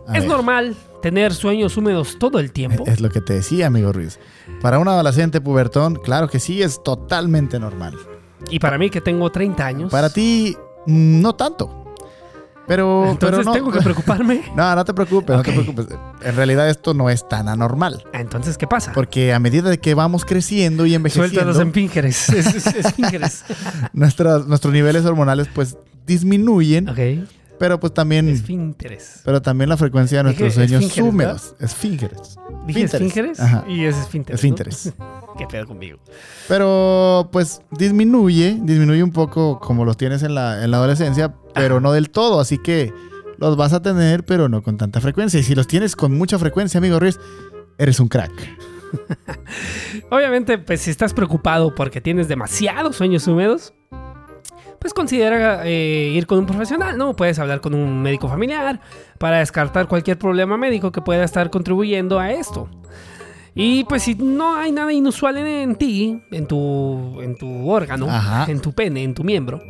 B: A
A: es
B: ver, Eh,
A: normal tener sueños húmedos todo el tiempo.
B: Es lo que te decía, amigo Ruiz. Para un adolescente pubertón, claro que sí, es totalmente normal.
A: Y para mí que tengo 30 años.
B: eh, Para ti, mm, no tanto. Pero,
A: Entonces
B: pero no.
A: tengo que preocuparme.
B: No, no te preocupes,
A: Ok.
B: no te preocupes. En realidad esto no es tan anormal.
A: Entonces, ¿qué pasa?
B: Porque a medida de que vamos creciendo y
A: Suelta
B: envejeciendo,
A: los em- empíngeres. Es- es- espínjeres.
B: nuestras- nuestros niveles hormonales pues disminuyen,
A: ok.
B: pero pues también...
A: Esfínteres.
B: Pero también la frecuencia de
A: Dije
B: nuestros sueños
A: esfínteres,
B: húmedos. Esfínteres.
A: Dije esfínteres
B: Ajá.
A: y es esfínteres. ¿no?
B: Esfínteres.
A: ¿Qué pedo conmigo?
B: Pero pues disminuye, disminuye un poco como los tienes en la, en la adolescencia, pero no del todo. Así que los vas a tener, pero no con tanta frecuencia. Y si los tienes con mucha frecuencia, amigo Ruiz, eres un crack.
A: Obviamente, pues si estás preocupado porque tienes demasiados sueños húmedos, pues considera eh, ir con un profesional, ¿no? Puedes hablar con un médico familiar para descartar cualquier problema médico que pueda estar contribuyendo a esto. Y pues si no hay nada inusual en, en ti, en tu, en tu órgano,
B: Ajá.
A: en tu pene, en tu miembro,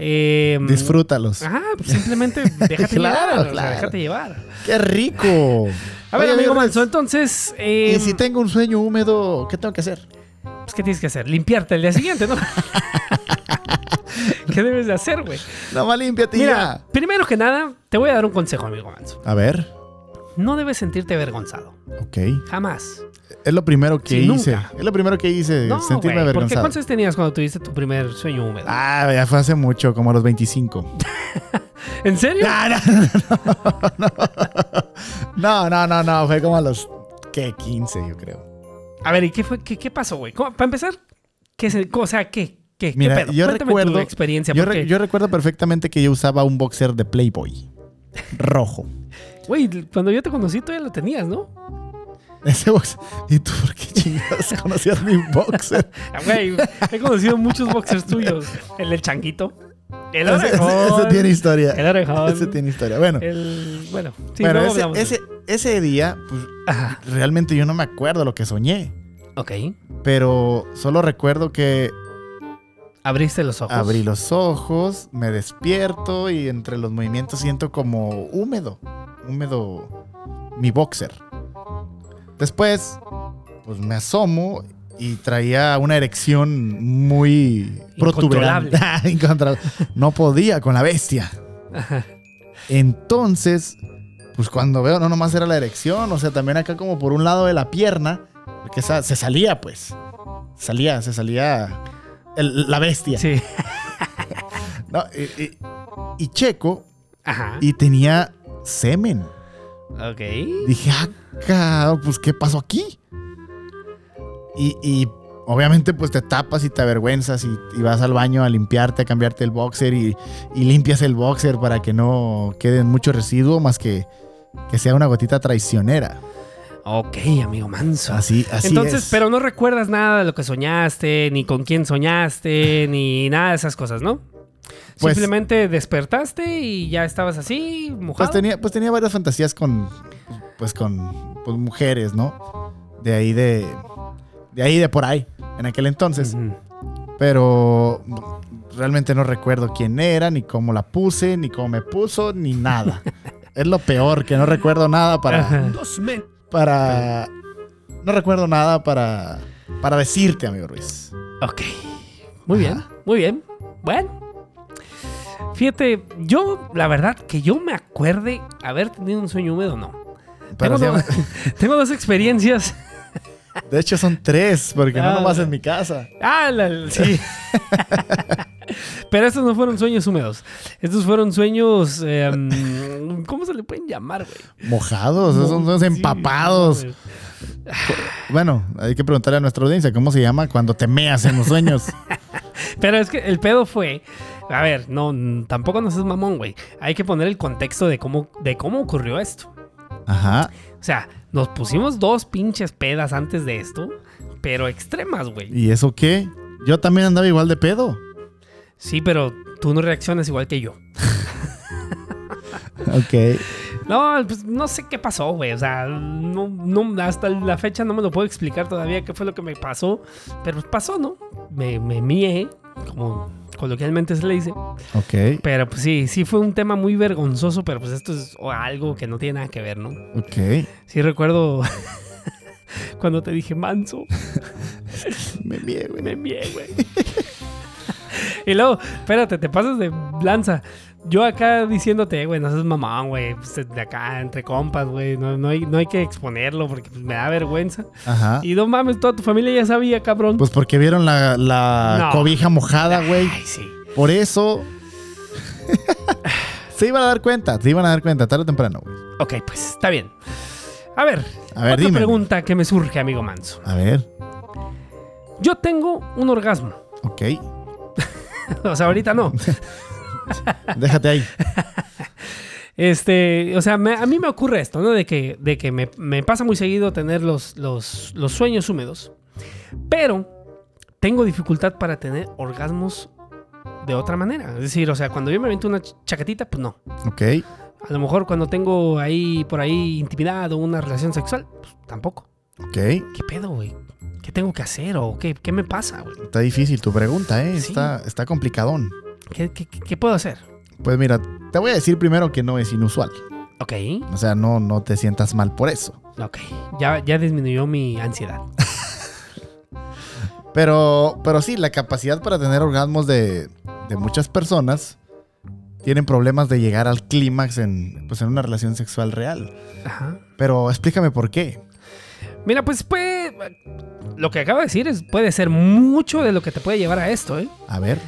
A: eh,
B: Disfrútalos.
A: Ajá, pues, simplemente déjate
B: Claro,
A: llevar, o sea,
B: claro.
A: déjate llevar.
B: ¡Qué rico!
A: A ver,
B: Oye,
A: amigo
B: Ruiz,
A: Manso, entonces, eh,
B: Y si tengo un sueño húmedo, ¿qué tengo que hacer?
A: pues, ¿qué tienes que hacer? Limpiarte el día siguiente, ¿no? ¿Qué debes de hacer, güey?
B: Nomás límpiate y
A: Mira, primero que nada, te voy a dar un consejo, amigo Manso.
B: ya. A ver.
A: No debes sentirte avergonzado.
B: Ok.
A: Jamás.
B: Es lo primero que
A: Sí,
B: hice.
A: nunca.
B: Es lo primero que hice,
A: No,
B: sentirme
A: güey, ¿por qué?
B: avergonzado.
A: ¿Cuántos años tenías cuando tuviste tu primer sueño húmedo?
B: Ah, ya fue hace mucho, como a los 25.
A: ¿En serio?
B: Ah, no, no, no, no, no, no, no, fue como a los ¿qué? 15, yo creo.
A: A ver, ¿y qué fue? ¿Qué, qué pasó, güey? ¿Cómo- Para empezar, ¿qué se, o sea, qué, qué, qué
B: Mira,
A: pedo?
B: yo
A: Cuéntame tu
B: recuerdo-
A: experiencia,
B: Yo,
A: porque,
B: re- yo recuerdo perfectamente que yo usaba un boxer de Playboy rojo.
A: güey, cuando yo te conocí todavía lo tenías, ¿no?
B: Ese boxer. ¿Y tú por qué chingados conocías mi boxer?
A: Ah, Güey, he conocido muchos boxers tuyos. El del changuito, el
B: Ese, ese-
A: orejón,
B: ese tiene historia.
A: el orejón,
B: Ese tiene historia. Bueno,
A: el... Bueno, sí,
B: bueno,
A: luego
B: ese,
A: hablamos. de-
B: ese- ese día, pues
A: Ajá,
B: realmente yo no me acuerdo lo que soñé.
A: ok.
B: Pero solo recuerdo que
A: Abriste los ojos.
B: abrí los ojos, me despierto y entre los movimientos siento como húmedo. Húmedo mi boxer. Después, pues me asomo y traía una erección muy
A: Incontrolable.
B: protuberante. Incontrolable. no podía con la bestia.
A: Ajá.
B: Entonces, pues cuando veo, no nomás era la erección, o sea, también acá como por un lado de la pierna, porque esa, se salía, pues. Salía, se salía el- la bestia.
A: Sí.
B: No, y, y- y checo
A: Ajá.
B: y tenía semen.
A: Ok.
B: Dije, ah, cabrón, pues ¿qué pasó aquí? Y, y obviamente pues te tapas y te avergüenzas y, y vas al baño a limpiarte, a cambiarte el boxer y, y limpias el boxer para que no quede mucho residuo más que que sea una gotita traicionera.
A: Ok, amigo manso.
B: Así, así
A: Entonces,
B: es.
A: pero no recuerdas nada de lo que soñaste, ni con quién soñaste, ni nada de esas cosas, ¿no?
B: Pues-
A: Simplemente despertaste y ya estabas así,
B: Pues
A: mojado.
B: tenía, pues tenía varias fantasías con, pues con pues, mujeres, ¿no? De ahí de, de ahí de por ahí, en aquel entonces.
A: Ujú.
B: pero realmente no recuerdo quién era, ni cómo la puse, ni cómo me puso, ni nada. es lo peor, que no recuerdo nada para...
A: Ajá.
E: Dos men.
B: para no recuerdo nada para, para decirte, amigo Ruiz.
A: Ok. Muy bien,
B: Ajá.
A: muy bien. Bueno. Fíjate, yo, la verdad, que yo me acuerde haber tenido un sueño húmedo, no.
B: Pero
A: tengo,
B: sí,
A: dos, tengo dos experiencias.
B: de hecho son tres, porque
A: Ah,
B: no nomás
A: la-
B: en mi casa.
A: Ah, la- sí. Pero estos no fueron sueños húmedos. Estos fueron sueños. eh, mm, ¿Cómo se le pueden llamar, güey?
B: Mojados, son son
A: Sí,
B: empapados.
A: no mames.
B: Bueno, hay que preguntarle a nuestra audiencia cómo se llama cuando te meas en los sueños.
A: Pero es que el pedo fue. A ver, no, mm, tampoco no seas mamón, güey. Hay que poner el contexto de cómo, de cómo ocurrió esto.
B: Ajá.
A: O sea, nos pusimos dos pinches pedas antes de esto, pero extremas, güey.
B: ¿Y eso qué? Yo también andaba igual de pedo.
A: Sí, pero tú no reaccionas igual que yo.
B: Ok.
A: No, pues no sé qué pasó, güey. O sea, no, no, hasta la fecha no me lo puedo explicar todavía qué fue lo que me pasó. Pero pues pasó, ¿no? Me, me mié, como coloquialmente se le dice.
B: Ok.
A: Pero pues sí, sí fue un tema muy vergonzoso, pero pues esto es o- algo que no tiene nada que ver, ¿no?
B: Ok.
A: Sí recuerdo cuando te dije manso,
B: Me mié, güey.
A: me mié, güey. y luego, espérate, te pasas de lanza. Yo acá diciéndote, güey, no seas mamón, güey, pues, de acá entre compas, güey, no, no hay, no hay que exponerlo porque pues, me da vergüenza.
B: Ajá.
A: Y no mames, toda tu familia ya sabía, cabrón.
B: Ah. Pues porque vieron la, la
A: No.
B: cobija mojada, güey.
A: Ay, sí.
B: Por eso. se iban a dar cuenta, se iban a dar cuenta, tarde o temprano, güey.
A: Ok, pues está bien. A ver,
B: A ver,
A: otra
B: dime.
A: pregunta que me surge, amigo manso.
B: A ver,
A: Yo tengo un orgasmo.
B: ok.
A: O sea, ahorita no.
B: Déjate ahí.
A: Este, o sea, me- a mí me ocurre esto, ¿no? De que, de que me, me pasa muy seguido tener los, los, los sueños húmedos. Pero tengo dificultad para tener orgasmos de otra manera. Es decir, o sea, cuando yo me avento una ch- chaquetita, pues no.
B: Ok.
A: A lo mejor cuando tengo ahí, por ahí, intimidad o una relación sexual, pues tampoco.
B: Ok.
A: ¿Qué pedo, güey? ¿Qué tengo que hacer o qué, qué me pasa, güey?
B: Está difícil tu pregunta, ¿eh?
A: Sí.
B: Está, está complicadón.
A: ¿Qué, qué, qué- qué puedo hacer?
B: Pues mira, te voy a decir primero que no es inusual.
A: Ok,
B: O sea, no, no te sientas mal por eso.
A: ok. Ya, ya disminuyó mi ansiedad.
B: Pero, pero sí, la capacidad para tener orgasmos de, de muchas personas tienen problemas de llegar al clímax en, pues, en una relación sexual real.
A: Ajá.
B: Pero explícame por qué.
A: Mira, pues puede. Lo que acabo de decir es, puede ser mucho de lo que te puede llevar a esto, ¿eh?
B: A ver,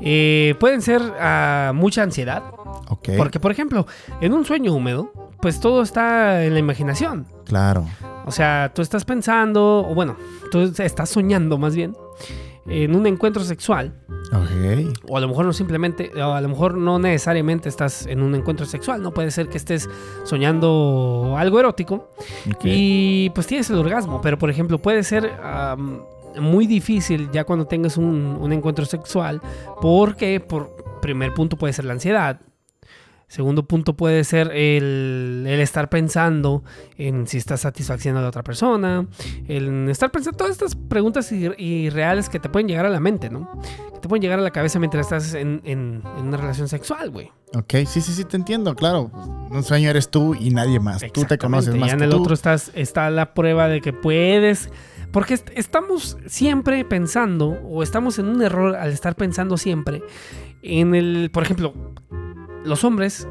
A: Eh, pueden ser a mucha ansiedad.
B: ok.
A: Porque, por ejemplo, en un sueño húmedo, pues todo está en la imaginación.
B: Claro.
A: O sea, tú estás pensando, o bueno, tú estás soñando más bien, en un encuentro sexual.
B: Ok.
A: O a lo mejor no simplemente, o a lo mejor no necesariamente estás en un encuentro sexual, no puede ser que estés soñando algo erótico
B: ok.
A: y pues tienes el orgasmo, pero por ejemplo puede ser am, muy difícil ya cuando tengas un, un encuentro sexual porque por primer punto puede ser la ansiedad. Segundo punto puede ser el, el estar pensando en si estás satisfaciendo a la otra persona, el estar pensando todas estas preguntas ir- irreales que te pueden llegar a la mente, ¿no? Que te pueden llegar a la cabeza mientras estás en, en- en una relación sexual, güey.
B: Ok, sí, sí, sí, te entiendo, claro. Un sueño eres tú y nadie más. Tú te conoces
A: Pues Exactamente,
B: más
A: Ya en
B: que
A: el
B: tú.
A: otro estás, está la prueba de que puedes. Porque est- estamos siempre pensando, o estamos en un error al estar pensando siempre, en el, por ejemplo, los hombres,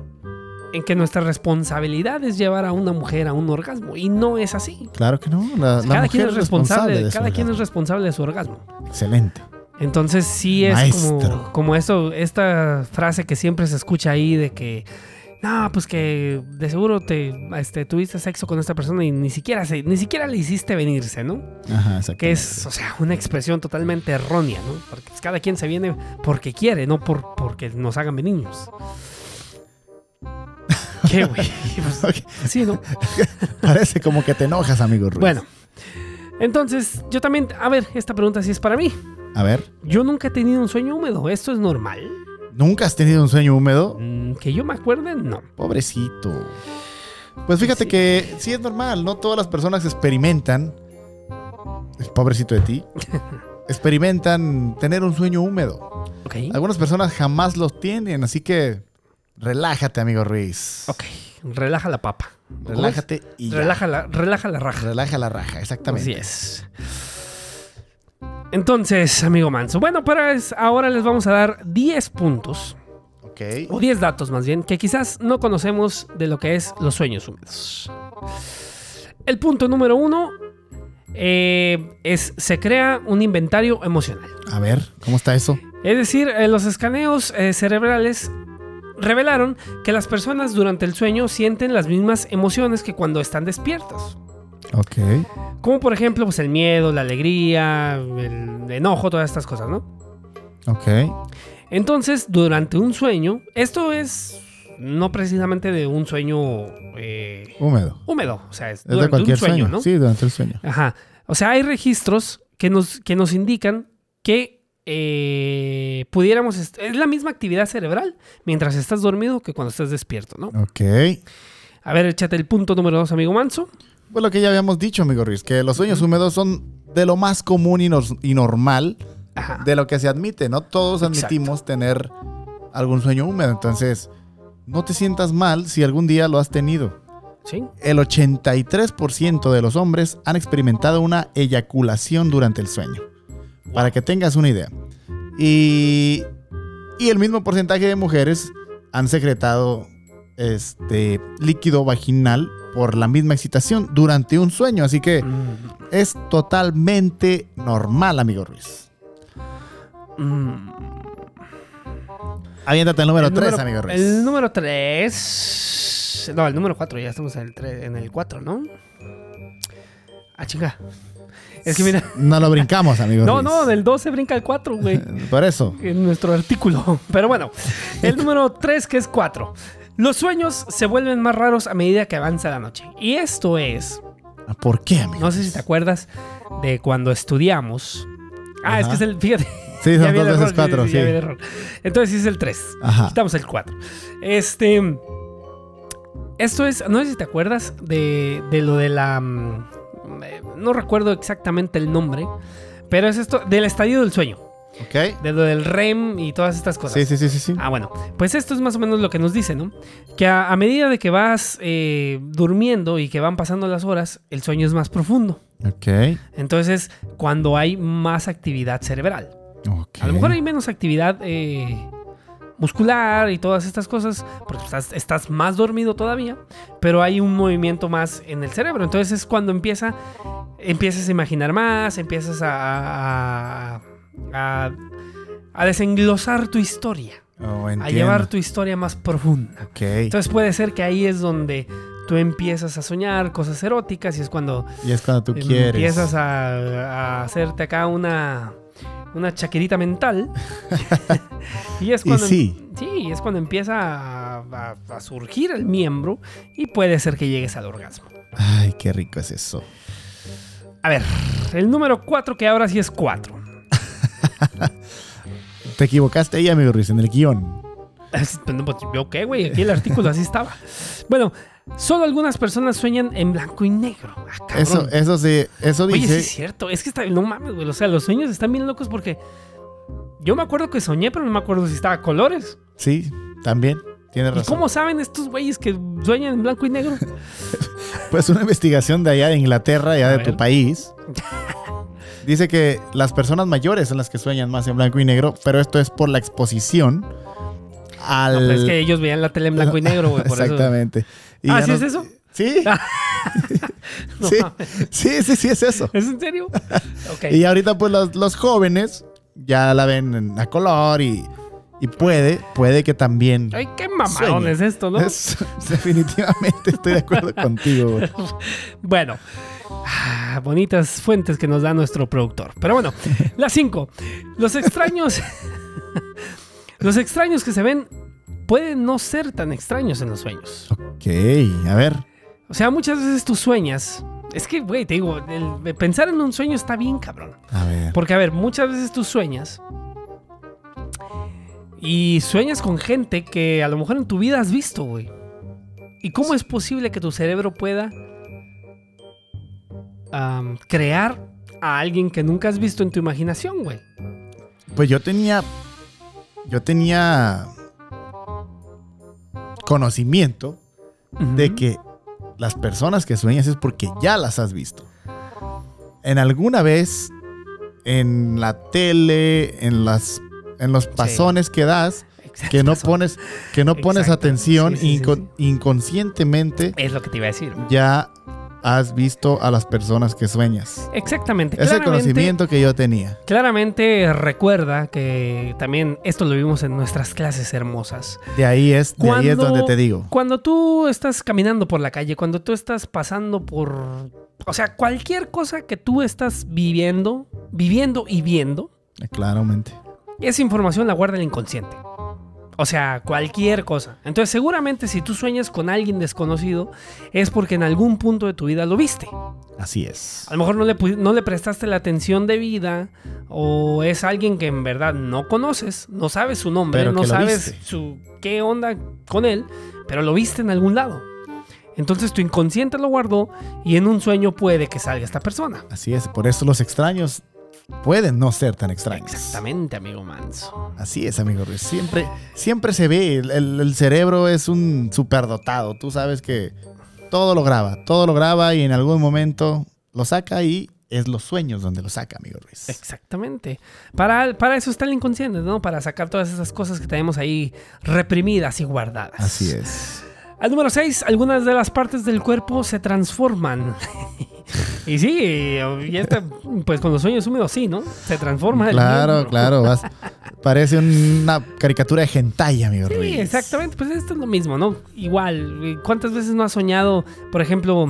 A: en que nuestra responsabilidad es llevar a una mujer a un orgasmo. Y no es así.
B: Claro que no. La,
A: cada
B: la mujer
A: quien es responsable,
B: de su
A: cada quien es
B: orgasmo.
A: responsable de su orgasmo.
B: Excelente.
A: Entonces sí es como,
B: Maestro.
A: como esto, esta frase que siempre se escucha ahí de que, no, pues que de seguro te este, tuviste sexo con esta persona y ni siquiera, se, ni siquiera le hiciste venirse, ¿no?
B: Ajá, exacto.
A: Que es, o sea, una expresión totalmente errónea, ¿no? Porque pues, cada quien se viene porque quiere, no por, porque nos hagan venirnos. ¿Qué, güey? Pues, sí, ¿no?
B: Parece como que te enojas, amigo Ruiz.
A: Bueno. Entonces, yo también, a ver, esta pregunta sí es para mí.
B: A ver,
A: Yo nunca he tenido un sueño húmedo, ¿esto es normal?
B: ¿nunca has tenido un sueño húmedo?
A: Mm, Que yo me acuerde, no.
B: Pobrecito. Pues fíjate
A: Sí.
B: que sí es normal, no todas las personas experimentan. Pobrecito de ti. experimentan tener un sueño húmedo.
A: Ok.
B: Algunas personas jamás lo tienen, así que relájate, amigo Ruiz.
A: Ok. Relaja la papa. ¿Cómo es?
B: Relájate y ya.
A: Relaja la, relaja la raja.
B: Relaja la raja,
A: Así
B: exactamente.
A: es. Entonces, amigo Manso. Bueno, pero es- ahora les vamos a dar 10 puntos, o
B: Ok.
A: 10 datos más bien, que quizás no conocemos de lo que es los sueños húmedos. El punto número uno eh, es se crea un inventario emocional.
B: A ver, ¿cómo está eso?
A: Es decir, eh, los escaneos eh, cerebrales revelaron que las personas durante el sueño sienten las mismas emociones que cuando están despiertas.
B: Ok.
A: Como por ejemplo, pues el miedo, la alegría, el enojo, todas estas cosas, ¿no?
B: Ok.
A: Entonces, durante un sueño, esto es no precisamente de un sueño eh,
B: Húmedo.
A: húmedo, o sea, es,
B: Es de
A: durante
B: cualquier
A: un sueño,
B: sueño.
A: ¿no?
B: Sí, durante el sueño.
A: Ajá. O sea, hay registros que nos, que nos indican que eh, pudiéramos... est- Es la misma actividad cerebral mientras estás dormido que cuando estás despierto, ¿no?
B: Ok.
A: A ver, échate el punto número dos, amigo Manso.
B: Pues lo que ya habíamos dicho, amigo Ruiz, que los sueños húmedos son de lo más común y, nos- y normal
A: Ajá.
B: de lo que se admite. No todos
A: Ah. Exacto.
B: admitimos tener algún sueño húmedo. Entonces, no te sientas mal si algún día lo has tenido.
A: Sí.
B: El 83% de los hombres han experimentado una eyaculación durante el sueño. Para que tengas una idea. Y, y el mismo porcentaje de mujeres han secretado este líquido vaginal por la misma excitación durante un sueño. Así que
A: Mm,
B: es totalmente normal, amigo Ruiz.
A: mm.
B: Aviéntate el número
A: El
B: 3,
A: número-
B: amigo Ruiz.
A: El número tres... No, el número cuatro. Ya estamos en el, tres- en el cuatro, ¿no? Ah, chinga. Es que mira...
B: No lo brincamos, amigo
A: No,
B: Ruiz.
A: no, del 12 brinca al 4, güey.
B: Por eso.
A: en nuestro artículo. Pero bueno, el número 3 que es 4. Los sueños se vuelven más raros a medida que avanza la noche. Y esto es,
B: ¿Por qué, amigo?
A: no sé si te acuerdas de cuando estudiamos. Ah, es
B: Ajá.
A: que es el, fíjate.
B: Sí,
A: ya
B: son
A: vi el
B: dos veces
A: error,
B: cuatro,
A: ya- ya
B: sí.
A: vi el error. Entonces sí es el 3.
B: Ajá.
A: Quitamos el 4. Este. Esto es, no sé si te acuerdas de, de lo de la. mm, eh, No recuerdo exactamente el nombre, pero es esto, del estadio del sueño,
B: Ok.
A: de lo del REM y todas estas cosas.
B: Sí, sí, sí, sí, sí.
A: Ah, bueno, pues esto es más o menos lo que nos dice, ¿no? Que a, a medida de que vas eh, durmiendo y que van pasando las horas, el sueño es más profundo.
B: Ok.
A: Entonces, cuando hay más actividad cerebral.
B: Ok.
A: A lo mejor hay menos actividad eh, muscular y todas estas cosas, porque estás, estás más dormido todavía, pero hay un movimiento más en el cerebro. Entonces es cuando empieza, empiezas a imaginar más, empiezas a, a, a- a desenglosar tu historia,
B: Oh,
A: a
B: entiendo.
A: llevar tu historia más profunda.
B: Ok.
A: Entonces puede ser que ahí es donde tú empiezas a soñar cosas eróticas y es cuando
B: y es cuando tú
A: em,
B: quieres.
A: empiezas a, a hacerte acá una una chaquerita mental y es
B: Y
A: cuando em,
B: sí.
A: sí, es cuando empieza a, a- a surgir el miembro y puede ser que llegues al orgasmo
B: Ay, qué rico es eso.
A: a ver el número 4 que ahora sí es 4
B: Te equivocaste ahí, amigo Ruiz, en el guión.
A: Pues, pues, yo qué, güey, aquí el artículo así estaba bueno solo algunas personas sueñan en blanco y negro Ah, cabrón.
B: Eso, eso sí, eso
A: Oye, sí
B: dice.
A: es cierto. Es que está, no mames, güey. O sea, los sueños están bien locos porque yo me acuerdo que soñé, pero no me acuerdo si estaba a colores.
B: Sí, también. Tienes
A: ¿Y
B: razón.
A: cómo saben estos güeyes que sueñan en blanco y negro?
B: Pues una investigación de allá de Inglaterra, allá
A: A
B: de
A: ver.
B: tu país. Dice que las personas mayores son las que sueñan más en blanco y negro, pero esto es por la exposición al.
A: No, pues es que ellos veían la tele en blanco y negro, güey. Por
B: Exactamente. Y
A: Eso.
B: ya
A: ¿Ah, sí
B: nos-
A: es eso?
B: Sí.
A: No
B: sí.
A: mames.
B: sí, sí, sí, es eso.
A: ¿Es en serio? Ok.
B: Y ahorita, pues los, los jóvenes ya la ven en- a color y, y puede, puede que también.
A: Ay, qué mamadón
B: Sueño.
A: es esto, ¿no?
B: Es- definitivamente estoy de acuerdo contigo. güey.
A: Bueno, ah, bonitas fuentes que nos da nuestro productor. Pero bueno, las 5. Los extraños. los extraños que se ven pueden no ser tan extraños en los sueños.
B: Ok, a ver.
A: O sea, muchas veces tú sueñas. Es que, güey, te digo, el pensar en un sueño está bien, cabrón.
B: A ver.
A: Porque, a ver, muchas veces tú sueñas. Y sueñas con gente que a lo mejor en tu vida has visto, güey. ¿Y cómo es posible que tu cerebro pueda am, crear a alguien que nunca has visto en tu imaginación, güey?
B: Pues yo tenía. Yo tenía. Conocimiento de
A: Ujú.
B: que las personas que sueñas es porque ya las has visto. En alguna vez, en la tele, en las. En los pasones que das,
A: Exacto,
B: que no
A: eso.
B: pones, que no pones
A: Exacto.
B: atención,
A: Sí, sí, sí,
B: inco- inconscientemente
A: Es lo que te iba a decir.
B: ya has visto a las personas que sueñas.
A: Exactamente.
B: Es el
A: claramente-
B: conocimiento que yo tenía.
A: Claramente recuerda que también esto lo vimos en nuestras clases hermosas.
B: De ahí es, de ahí es
A: Cuando-
B: donde te digo.
A: Cuando tú estás caminando por la calle, cuando tú estás pasando por... O sea, cualquier cosa que tú estás viviendo, viviendo y viendo,
B: Eh, Claramente.
A: esa información la guarda el inconsciente. O sea, cualquier cosa. Entonces seguramente si tú sueñas con alguien desconocido es porque en algún punto de tu vida lo viste.
B: Así es.
A: A lo mejor no le, pu- no le prestaste la atención debida o es alguien que en verdad no conoces, no sabes su nombre,
B: Pero
A: no
B: que lo
A: sabes
B: viste.
A: su, qué onda con él, pero lo viste en algún lado. Entonces tu inconsciente lo guardó y en un sueño puede que salga esta persona.
B: Así es. Por eso los extraños pueden no ser tan extraños.
A: Exactamente, amigo Manso.
B: Así es, amigo Ruiz. Siempre, siempre se ve. El, el- el cerebro es un superdotado. Tú sabes que todo lo graba. Todo lo graba y en algún momento lo saca y es los sueños donde lo saca, amigo Ruiz.
A: Exactamente. Para, para eso está el inconsciente, ¿no? Para sacar todas esas cosas que tenemos ahí reprimidas y guardadas.
B: Así es.
A: Al número 6, algunas de las partes del cuerpo se transforman. y sí, y esta, pues con los sueños húmedos sí, ¿no? Se transforma. el
B: Claro,
A: miembro.
B: claro. vas- parece una caricatura de hentai, amigo Ruiz.
A: Sí, exactamente. Pues esto es lo mismo, ¿no? Igual, ¿cuántas veces no has soñado, por ejemplo,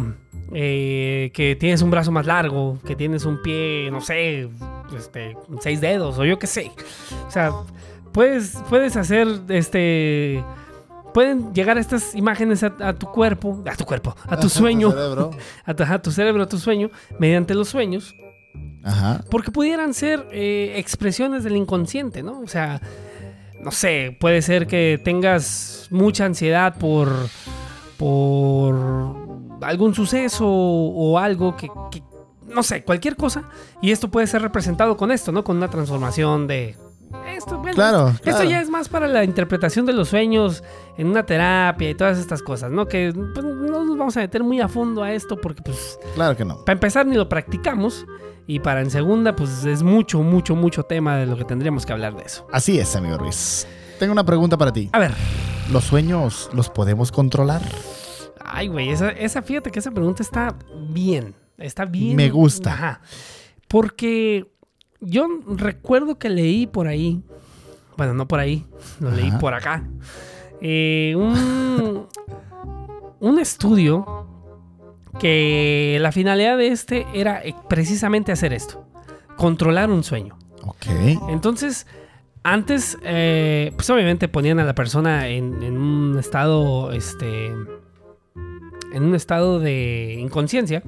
A: eh, que tienes un brazo más largo, que tienes un pie, no sé, este, con seis dedos o yo qué sé? O sea, puedes, puedes hacer, este, pueden llegar estas imágenes a, a tu cuerpo, a tu cuerpo, a tu sueño.
B: cerebro.
A: a tu, a tu cerebro, a tu sueño, mediante los sueños,
B: Ajá.
A: porque pudieran ser eh, expresiones del inconsciente, ¿no? O sea, no sé, puede ser que tengas mucha ansiedad por, por algún suceso o algo que, que- no sé, cualquier cosa, y esto puede ser representado con esto, ¿no? Con una transformación de... Esto, bueno,
B: Claro,
A: esto- esto
B: claro.
A: ya es más para la interpretación de los sueños en una terapia y todas estas cosas, ¿no? Que pues, no nos vamos a meter muy a fondo a esto porque pues
B: Claro que no.
A: para empezar, ni lo practicamos. Y para en segunda, pues es mucho, mucho, mucho tema de lo que tendríamos que hablar de eso.
B: Así es, amigo Ruiz. tengo una pregunta para ti.
A: A ver.
B: ¿Los sueños los podemos controlar?
A: Ay, güey, esa, esa, fíjate que esa pregunta está bien. Está bien.
B: Me gusta.
A: Ajá. Porque yo recuerdo que leí por ahí. Bueno, no por ahí. Lo leí
B: Ajá.
A: por acá. eh, un, un estudio que la finalidad de este era eh, precisamente hacer esto. Controlar un sueño.
B: Ok.
A: Entonces, antes, eh, pues obviamente ponían a la persona en, en un estado, este, en un estado de inconsciencia.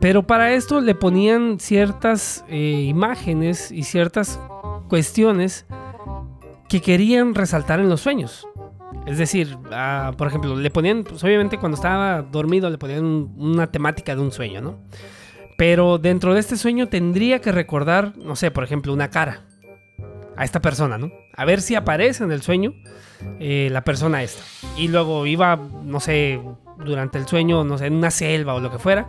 A: Pero para esto le ponían ciertas eh, imágenes y ciertas cuestiones que querían resaltar en los sueños. Es decir, ah, por ejemplo, le ponían, pues obviamente cuando estaba dormido le ponían un- una temática de un sueño, ¿no? Pero dentro de este sueño tendría que recordar, no sé, por ejemplo, una cara a esta persona, ¿no? A ver si aparece en el sueño eh, la persona esta. Y luego iba, no sé, durante el sueño, no sé, en una selva o lo que fuera.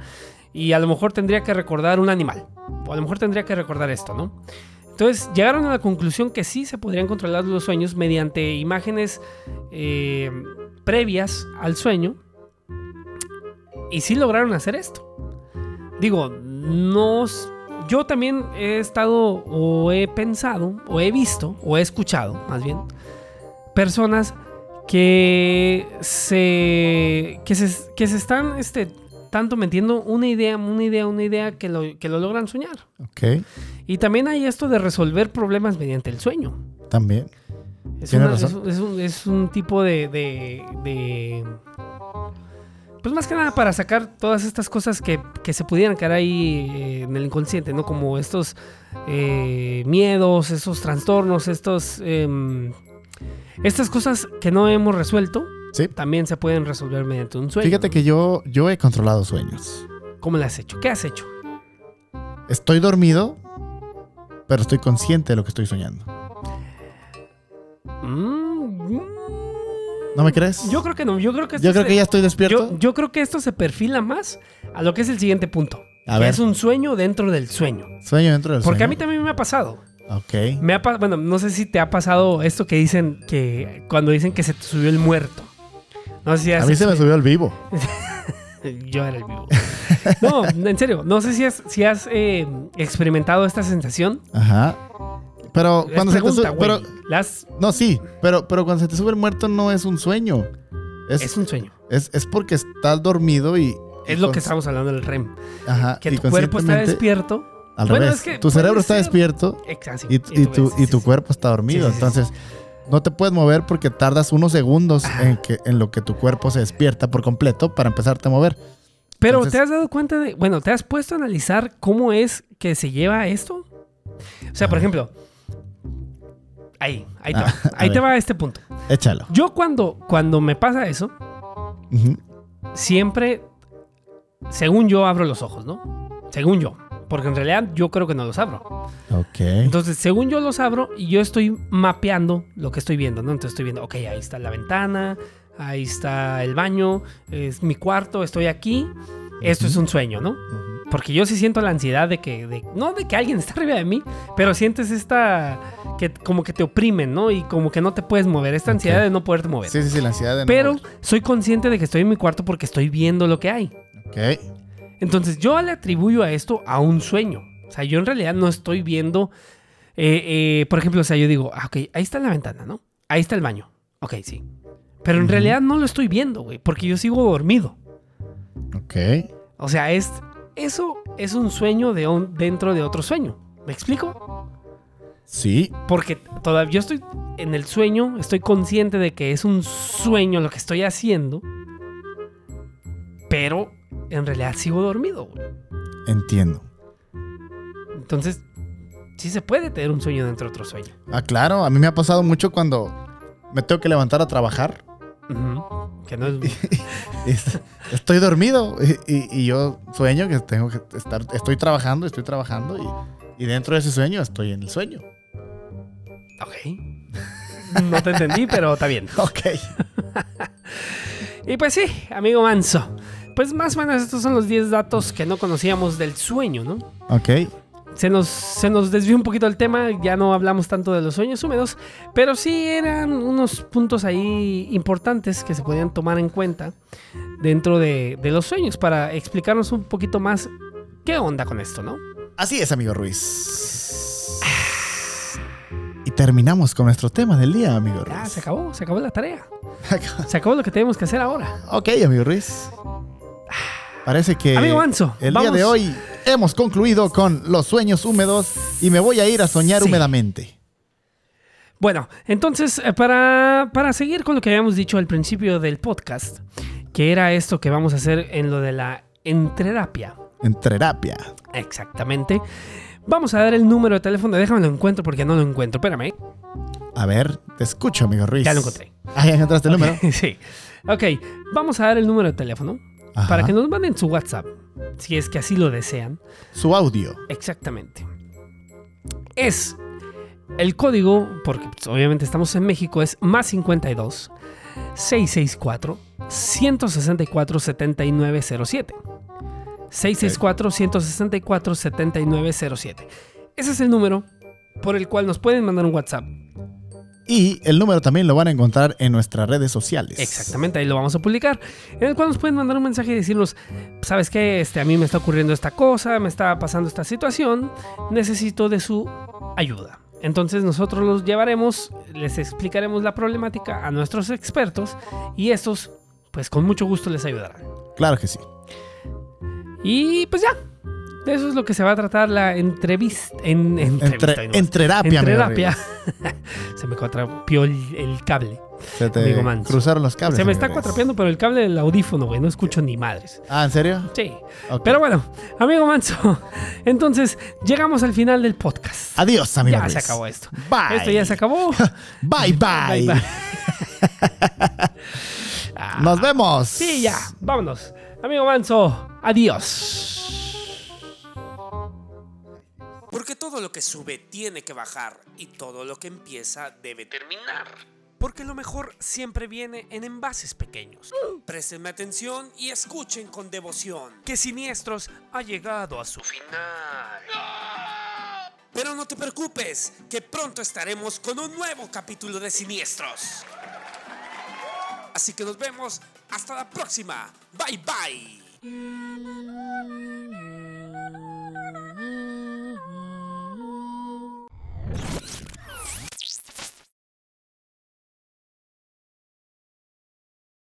A: Y a lo mejor tendría que recordar un animal. O a lo mejor tendría que recordar esto, ¿no? Entonces llegaron a la conclusión que sí se podrían controlar los sueños mediante imágenes eh, previas al sueño. Y sí lograron hacer esto. Digo, no. s- Yo también he estado o he pensado o he visto o he escuchado, más bien, personas que se que se, que se están este, tanto metiendo una idea, una idea, una idea que lo, que lo logran soñar.
B: Ok.
A: Y también hay esto de resolver problemas mediante el sueño.
B: También.
A: Es,
B: Tiene
A: una- es,
B: razón.
A: es un, es un tipo de, de- de- Pues más que nada para sacar todas estas cosas que, que se pudieran quedar ahí eh, en el inconsciente, ¿no? Como estos eh, miedos, esos trastornos, estos... em, estas cosas que no hemos resuelto
B: Sí.
A: también se pueden resolver mediante un sueño.
B: Fíjate
A: ¿no?
B: que yo, yo he controlado sueños.
A: ¿Cómo le has hecho? ¿Qué has hecho?
B: Estoy dormido, pero estoy consciente de lo que estoy soñando.
A: Mm, mm,
B: ¿No me crees?
A: yo creo que no. Yo creo que, este
B: Yo
A: esto
B: creo
A: se-
B: que ya estoy despierto.
A: Yo, yo creo que esto se perfila más a lo que es el siguiente punto.
B: A
A: que
B: ver.
A: Es un sueño dentro del sueño.
B: Sueño dentro del
A: Porque a mí
B: sueño.
A: también me ha pasado.
B: Ok.
A: Me ha pa- bueno, no sé si te ha pasado esto que dicen que cuando dicen que se te subió el muerto. No sé si
B: A
A: has eh,
B: mí se me subió el vivo.
A: Yo era el vivo. No, en serio, no sé si has, si has eh, experimentado esta sensación.
B: Ajá. Pero
A: Es
B: cuando se te
A: pregunta,
B: sube.
A: güey.
B: Pero,
A: La has-
B: no, sí. Pero, pero cuando se te sube el muerto no es un sueño. Es,
A: es un sueño.
B: es- es porque estás dormido y.
A: Es lo
B: y
A: que
B: cons-
A: estamos hablando del REM.
B: Ajá.
A: Que
B: y
A: tu cuerpo está
B: conscientemente-
A: despierto.
B: Al
A: Bueno,
B: revés.
A: es que
B: tu
A: puede
B: cerebro está
A: ser-
B: despierto.
A: Exacto.
B: y, y
A: tú
B: tu,
A: ves,
B: y
A: sí,
B: tu
A: sí.
B: cuerpo está dormido.
A: Sí, sí, sí.
B: Entonces, no te puedes mover porque tardas unos segundos
A: Ajá.
B: en, que, en lo que tu cuerpo se despierta por completo para empezarte a mover.
A: Pero
B: Entonces-
A: te has dado cuenta de, bueno, te has puesto a analizar cómo es que se lleva esto. O sea, por
B: Ah.
A: ejemplo, ahí, ahí te,
B: Ah,
A: va,
B: a
A: ahí te
B: ver.
A: va este punto.
B: Échalo.
A: Yo cuando, cuando me pasa eso,
B: Ujú.
A: siempre, según yo, abro los ojos, ¿no? Según yo. Porque en realidad yo creo que no los abro.
B: Ok.
A: Entonces, según yo los abro y yo estoy mapeando lo que estoy viendo, ¿no? Entonces estoy viendo, ok, ahí está la ventana, ahí está el baño, es mi cuarto, estoy aquí. Esto
B: Ujú.
A: es un sueño, ¿no?
B: Ujú.
A: Porque yo sí siento la ansiedad de que, de- no de que alguien está arriba de mí, pero sientes esta, que como que te oprimen, ¿no? Y como que no te puedes mover, esta ansiedad
B: Ok.
A: de no poderte mover.
B: Sí, sí, sí, la ansiedad de no
A: pero
B: mover.
A: soy consciente de que estoy en mi cuarto porque estoy viendo lo que hay.
B: Ok.
A: Entonces yo le atribuyo a esto a un sueño. O sea, yo en realidad no estoy viendo, eh, eh, por ejemplo, o sea, yo digo, ah, ok, ahí está la ventana, ¿no? Ahí está el baño. Ok, sí. Pero en
B: Ujú.
A: realidad no lo estoy viendo, güey, porque yo sigo dormido.
B: Ok.
A: O sea, es, eso es un sueño de un- dentro de otro sueño. ¿Me explico?
B: Sí.
A: Porque todavía yo estoy en el sueño, estoy consciente de que es un sueño lo que estoy haciendo, pero en realidad sigo dormido, güey.
B: Entiendo.
A: Entonces, sí se puede tener un sueño dentro de otro sueño.
B: Ah, claro. A mí me ha pasado mucho cuando me tengo que levantar a trabajar.
A: Ujú. Que no es...
B: Es- Estoy dormido y, y- y yo sueño que tengo que estar. Estoy trabajando, estoy trabajando y, y dentro de ese sueño estoy en el sueño.
A: Ok. No te entendí, pero está bien.
B: Ok.
A: Y pues sí, amigo Manso. Pues más o menos estos son los 10 datos que no conocíamos del sueño, ¿no?
B: Ok.
A: se nos, se nos desvió un poquito el tema, ya no hablamos tanto de los sueños húmedos, pero sí eran unos puntos ahí importantes que se podían tomar en cuenta dentro de, de los sueños para explicarnos un poquito más qué onda con esto, ¿no?
B: Así es, amigo Ruiz. Y terminamos con nuestro tema del día, amigo
A: Ya, se
B: Ruiz.
A: acabó, se acabó la tarea. Se acabó lo que tenemos que hacer ahora.
B: ok, amigo Ruiz. Parece que
A: Amigo Anzo,
B: el día
A: vamos.
B: de hoy hemos concluido con los sueños húmedos y me voy a ir a soñar
A: Sí.
B: húmedamente.
A: Bueno, entonces, eh, para, para seguir con lo que habíamos dicho al principio del podcast, que era esto que vamos a hacer en lo de la entrerapia.
B: En terapia.
A: Exactamente. Vamos a dar el número de teléfono. Déjame lo encuentro porque no lo encuentro. Espérame.
B: A ver, te escucho, amigo Ruiz.
A: Ya lo encontré.
B: Ah, ya encontraste el número.
A: sí. Ok, vamos a dar el número de teléfono
B: Ajá.
A: para que nos manden su WhatsApp, si es que así lo desean.
B: Su audio.
A: Exactamente. Es el código, porque pues, obviamente estamos en México, es más 52 664 164 7907. 664 164 7907. Ese es el número por el cual nos pueden mandar un WhatsApp.
B: Y el número también lo van a encontrar en nuestras redes sociales.
A: Exactamente, ahí lo vamos a publicar. En el cual nos pueden mandar un mensaje y decirnos, ¿sabes qué? Este, a mí me está ocurriendo esta cosa, me está pasando esta situación, necesito de su ayuda. Entonces nosotros los llevaremos, les explicaremos la problemática a nuestros expertos y estos, pues con mucho gusto les ayudarán.
B: Claro que sí.
A: Y pues ya, de eso es lo que se va a tratar la entrevista. En, entrevista,
B: Entre,
A: ay, no,
B: en terapia, amigo
A: entrerapia.
B: Ruiz.
A: se me cuatrapió el- el cable.
B: Se te
A: Amigo Manso.
B: cruzaron los cables.
A: Se me
B: amigo
A: está
B: Ruiz.
A: cuatrapeando por el cable del audífono, güey. No escucho ni madres.
B: Ah, ¿en serio?
A: Sí.
B: Ok.
A: Pero bueno, amigo Manso, entonces llegamos al final del podcast.
B: Adiós, amigo
A: ya
B: Ruiz.
A: se acabó esto.
B: Bye.
A: Esto ya se acabó.
B: Bye, bye.
A: Bye, bye.
B: Nos vemos.
A: Sí, ya. Vámonos. Amigo Manso, adiós.
C: Porque todo lo que sube tiene que bajar y todo lo que empieza debe terminar. Porque lo mejor siempre viene en envases pequeños. Prestenme atención y escuchen con devoción que Siniestros ha llegado a su final. Pero no te preocupes, que pronto estaremos con un nuevo capítulo de Siniestros. Así que nos vemos hasta la próxima. Bye bye.
F: La, la, la, la,